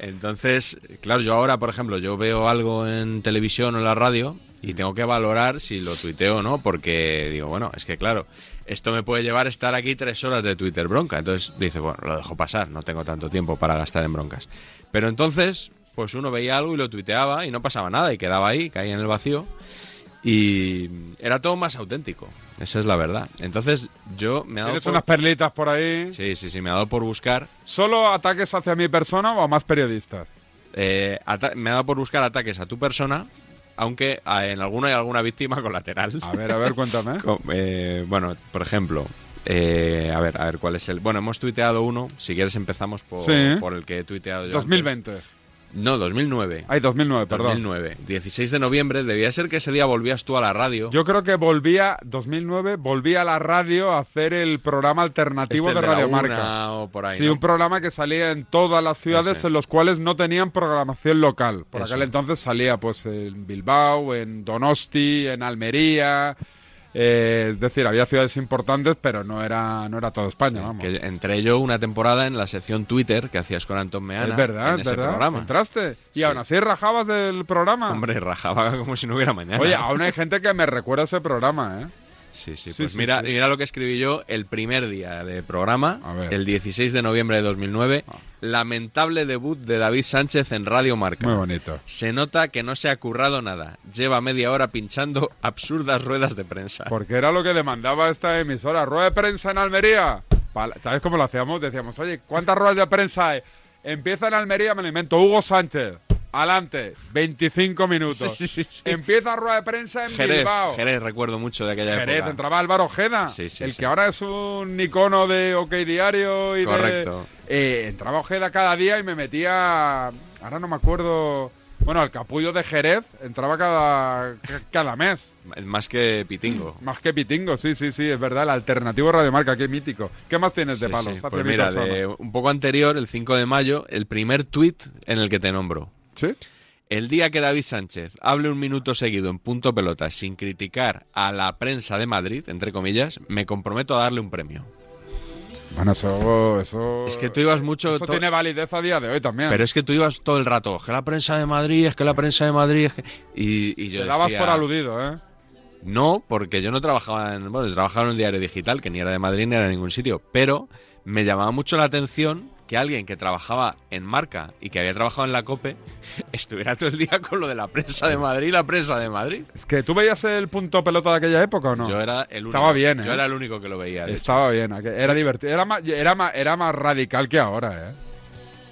S2: Entonces, claro, yo ahora, por ejemplo, yo veo algo en televisión o en la radio y tengo que valorar si lo tuiteo o no, porque digo, bueno, es que claro, esto me puede llevar a estar aquí tres horas de Twitter bronca. Entonces dice, bueno, lo dejo pasar, no tengo tanto tiempo para gastar en broncas. Pero entonces, pues uno veía algo y lo tuiteaba y no pasaba nada y quedaba ahí, caía en el vacío. Y era todo más auténtico, esa es la verdad. Entonces yo me he dado
S1: Tienes
S2: por...
S1: unas perlitas por ahí.
S2: Sí, sí, sí, me ha dado por buscar
S1: ¿Solo ataques hacia mi persona o a más periodistas?
S2: Eh, ata- me ha dado por buscar ataques a tu persona, aunque ah, a- en alguno hay alguna víctima colateral.
S1: A ver, a ver, cuéntame.
S2: Co- eh, bueno, por ejemplo, Eh, a ver, a ver cuál es el. Bueno, hemos tuiteado uno. Si quieres, empezamos por,
S1: Sí.
S2: por el que he tuiteado yo.
S1: 2020.
S2: antes. No, 2009.
S1: Ay, 2009, perdón.
S2: 2009. 16 de noviembre. Debía ser que ese día volvías tú a la radio.
S1: Yo creo que volvía, 2009, volví a la radio a hacer el programa alternativo
S2: Este
S1: de
S2: la
S1: Radio
S2: una
S1: Marca.
S2: o por ahí,
S1: sí,
S2: ¿no?
S1: un programa que salía en todas las ciudades
S2: Ese.
S1: en los cuales no tenían programación local. Por
S2: Eso.
S1: aquel entonces salía pues en Bilbao, en Donosti, en Almería. eh, es decir, había ciudades importantes, pero no era, no era todo España, vamos.
S2: Que entré yo una temporada en la sección Twitter que hacías con Anton Meana.
S1: Es verdad,
S2: en
S1: es
S2: ese
S1: verdad.
S2: programa.
S1: Entraste. Y
S2: Sí.
S1: aún así rajabas del programa.
S2: Hombre, rajaba como si no hubiera mañana.
S1: Oye, aún hay gente que me recuerda ese programa, ¿eh?
S2: Sí, sí, Pues mira, mira lo que escribí yo el primer día de programa, el 16 de noviembre de 2009.
S1: Ah.
S2: Lamentable debut de David Sánchez en Radio Marca.
S1: Muy bonito.
S2: Se nota que no se ha currado nada. Lleva media hora pinchando absurdas ruedas de prensa.
S1: Porque era lo que demandaba esta emisora. Rueda de prensa en Almería. Pal- ¿Sabes cómo lo hacíamos? Decíamos, oye, ¿cuántas ruedas de prensa hay? Empieza en Almería, me lo invento, Hugo Sánchez. Adelante, 25 minutos.
S2: Sí, sí, sí.
S1: Empieza rueda de prensa en
S2: Jerez,
S1: Bilbao.
S2: Jerez, recuerdo mucho de aquella
S1: Jerez,
S2: época.
S1: entraba Álvaro Ojeda,
S2: Sí, sí,
S1: el
S2: sí.
S1: que ahora es un icono de OK Diario y de-
S2: Correcto.
S1: Eh, entraba Ojeda cada día y me metía, ahora no me acuerdo, bueno, al capullo de Jerez entraba cada, ca- cada mes.
S2: Más que Pitingo.
S1: Más que Pitingo, sí, sí, sí, es verdad, el alternativo Radiomarca, qué mítico. ¿Qué más tienes de
S2: Sí,
S1: palos?
S2: sí.
S1: hacia
S2: Pues
S1: mi
S2: mira,
S1: persona?
S2: de un poco anterior, el 5 de mayo, el primer tuit en el que te nombro.
S1: ¿Sí?
S2: El día que David Sánchez hable un minuto seguido en punto pelota sin criticar a la prensa de Madrid, entre comillas, me comprometo a darle un premio.
S1: Bueno, eso, eso...
S2: Es que tú ibas mucho...
S1: Eso
S2: to-
S1: tiene validez a día de hoy también.
S2: Pero es que tú ibas todo el rato, "Es que la prensa de Madrid, es que la prensa de Madrid... es que-". Y, y yo
S1: Te dabas
S2: decía,
S1: por aludido, ¿eh?
S2: No, porque yo no trabajaba en, bueno, yo trabajaba en un diario digital que ni era de Madrid ni era de ningún sitio, pero me llamaba mucho la atención que alguien que trabajaba en Marca y que había trabajado en la COPE estuviera todo el día con lo de la prensa de Madrid, la prensa de Madrid.
S1: Es que tú veías el punto pelota de aquella época o no?
S2: Yo era el único,
S1: Estaba bien, ¿eh?
S2: Yo era el único que lo veía. de hecho.
S1: Estaba bien, aqu- era divertido. Era más, era, más, era más radical que ahora, ¿eh?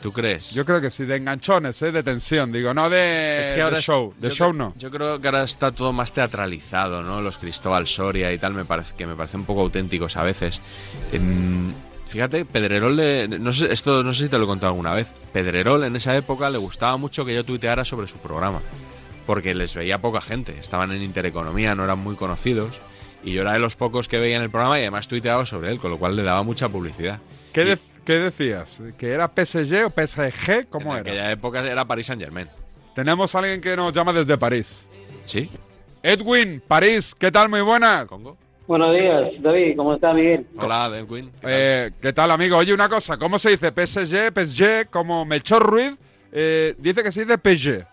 S2: ¿Tú crees?
S1: Yo creo que sí, de enganchones, ¿eh? De tensión, digo, no de,
S2: Es que
S1: de
S2: ahora es-
S1: Eh, show. De
S2: yo
S1: show
S2: cre-
S1: no.
S2: Yo creo que ahora está todo más teatralizado, ¿no? Los Cristóbal Soria y tal, me parece, que me parece un poco auténticos a veces. Em, fíjate, Pedrerol, le- no sé, esto no sé si te lo he contado alguna vez. Pedrerol en esa época le gustaba mucho que yo tuiteara sobre su programa, porque les veía poca gente. Estaban en Intereconomía, no eran muy conocidos. Y yo era de los pocos que veían el programa y además tuiteaba sobre él, con lo cual le daba mucha publicidad.
S1: ¿Qué, de- qué decías? ¿Que era PSG o PSG? ¿Cómo
S2: en
S1: era?
S2: aquella época era Paris Saint Germain.
S1: Tenemos a alguien que nos llama desde París.
S2: Sí.
S1: Edwin, París, ¿qué tal? Muy buenas.
S57: Buenos días, David, ¿cómo está Miguel?
S2: Hola, Edwin.
S1: Eh, ¿Qué tal, amigo? Oye, una cosa, ¿cómo se dice PSG? PSG, como Melchor Ruiz, eh, dice que se dice PSG.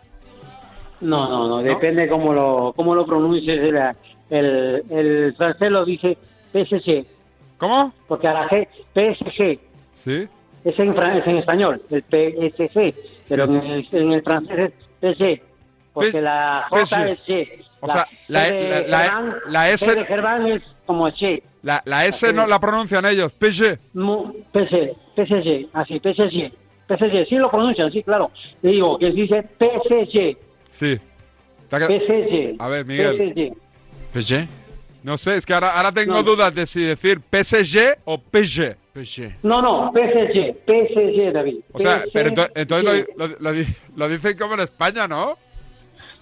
S57: No, no, no, depende cómo lo, cómo lo pronuncies. El, el, el francés lo dice PSG.
S1: ¿Cómo?
S57: Porque a la G, PSG.
S1: ¿Sí?
S57: Es en, fran- es en español, el PSG. Pero en, el, en el francés es PSG. Porque la J
S1: PSG.
S57: es G.
S1: O sea, la- E,
S57: G de
S1: la- la-
S57: Germán-
S1: la S-
S57: G de Germán es como G.
S1: La, la S no la pronuncian ellos, PSG.
S57: No, PC, PSG, así, PSG. PSG, sí lo pronuncian, sí, claro. Le digo que dice PSG.
S1: Sí.
S57: PSG.
S1: A ver, Miguel.
S57: PSG.
S1: Pues
S2: ¿PSG?
S1: No sé, es que ahora, ahora tengo
S57: No.
S1: dudas de si decir PSG o PSG.
S2: PSG.
S57: No, no, PSG, PSG, David.
S1: O sea,
S57: PSG.
S1: pero ento- entonces lo, lo- lo di- lo dicen como en España, ¿no?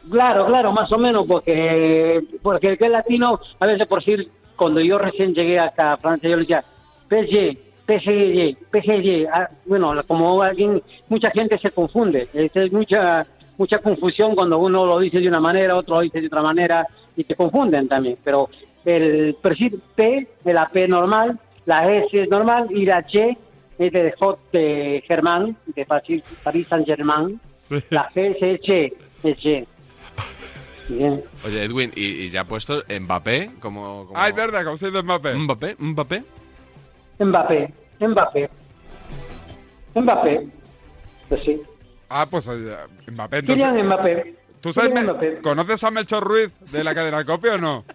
S57: Claro, claro, más o menos, porque, porque el que es latino, a veces por decir, cuando yo recién llegué hasta Francia, yo le decía PSG, PSG, PSG. Ah, bueno, como alguien, mucha gente se confunde. Es, es mucha mucha confusión cuando uno lo dice de una manera, otro lo dice de otra manera, y te confunden también. Pero el perfil P, la P normal, la S es normal, y la G es de J de Germán, de París París Saint-Germain. La G es G, es G. Bien.
S2: Oye, Edwin, ¿y, y ya ha puesto Mbappé como... como-
S1: Ah, es verdad, como se dice Mbappé.
S2: Mbappé, Mbappé.
S57: Mbappé, Mbappé. Mbappé. Pues sí.
S1: Ah, pues eh, Mbappé.
S57: Kylian Mbappé.
S1: ¿Tú sabes,
S57: Kylian
S1: me- conoces a Melchor Ruiz de la cadena Copia o no?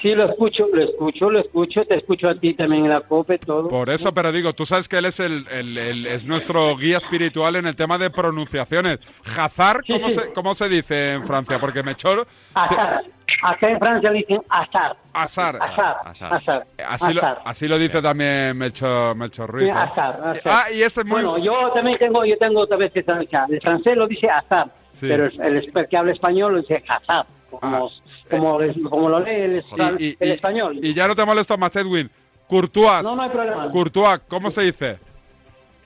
S57: Sí, lo escucho, lo escucho, lo escucho, te escucho a ti también en la cope, todo.
S1: Por e- eso, pero digo, tú sabes que él es el, el- el- es nuestro guía espiritual en el tema de pronunciaciones. Hazard, ¿cómo, Se, cómo se dice en Francia? Porque me choro.
S57: Azar. Acá en Francia le dicen azar.
S1: Azar.
S57: Azar.
S1: Azar.
S57: Azar.
S1: Así, lo,
S57: Azar.
S1: así lo dice también Melchor, Melchor Ruiz.
S57: Sí,
S1: ¿eh?
S57: azar, azar.
S1: Ah, y este es muy...
S57: Bueno, yo también tengo, yo tengo otra vez esa, o sea, el francés lo dice azar,
S1: Sí. Ah.
S57: pero el, el que habla español lo dice azar, como, como, como lo lee el,
S1: Eh. Joder, y-
S57: el
S1: y-
S57: español.
S1: Y ya no te molesta más, Edwin. Courtois.
S57: No, no hay problema.
S1: Courtois, ¿cómo se dice?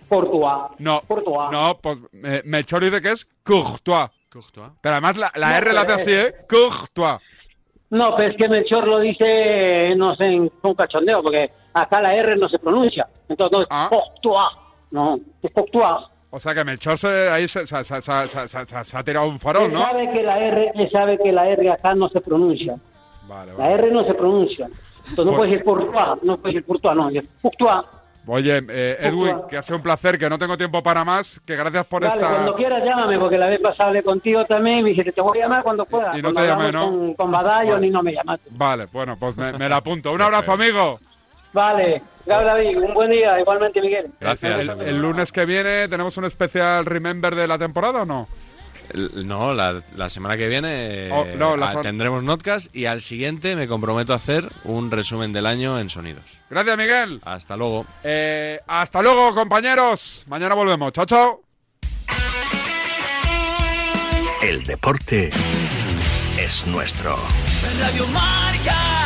S57: Courtois.
S1: No. No, pues eh, Melchor dice que es Courtois.
S2: Courtois.
S1: Pero además la, la
S57: No,
S1: R la hace
S57: pero
S1: así, ¿eh? Courtois.
S57: No, pero es que Melchor lo dice, no sé, en- con cachondeo, porque acá la R no se pronuncia. Entonces, no es
S1: Ah.
S57: Courtois. No, es Courtois.
S1: O sea que Melchor se, ahí se, se- se- se- se- se- se- se ha tirado un farol,
S57: Él
S1: ¿no?
S57: sabe que la R, él sabe que la R acá no se pronuncia.
S1: Vale,
S57: La R no se pronuncia. Entonces no
S1: Por-
S57: puede decir Courtois, no puede decir Courtois, no, es Courtois.
S1: Oye, eh, Edwin,
S57: Courtois.
S1: que ha sido un placer, que no tengo tiempo para más, que gracias por
S57: Dale,
S1: esta...
S57: cuando quieras llámame, porque la vez pasada hablé contigo también y me dijiste, te voy a llamar cuando puedas.
S1: Y no
S57: Cuando
S1: te llamé,
S57: hablamos
S1: ¿no?
S57: Con, con Badallo
S1: Vale.
S57: ni no me llamaste.
S1: Vale, bueno, pues me, me la apunto. Un abrazo, amigo.
S57: Vale, Gab David, un buen día, igualmente Miguel.
S1: El, el- el lunes que viene tenemos un especial Remember de la temporada o no?
S2: L- No, la, la semana que viene
S1: Oh, no, la
S2: ah,
S1: sem-
S2: tendremos notcast y al siguiente me comprometo a hacer un resumen del año en sonidos.
S1: Gracias, Miguel.
S2: Hasta luego.
S1: Eh, hasta luego, compañeros. Mañana volvemos. Chao, chao.
S5: El deporte es nuestro.
S7: Radio Marca.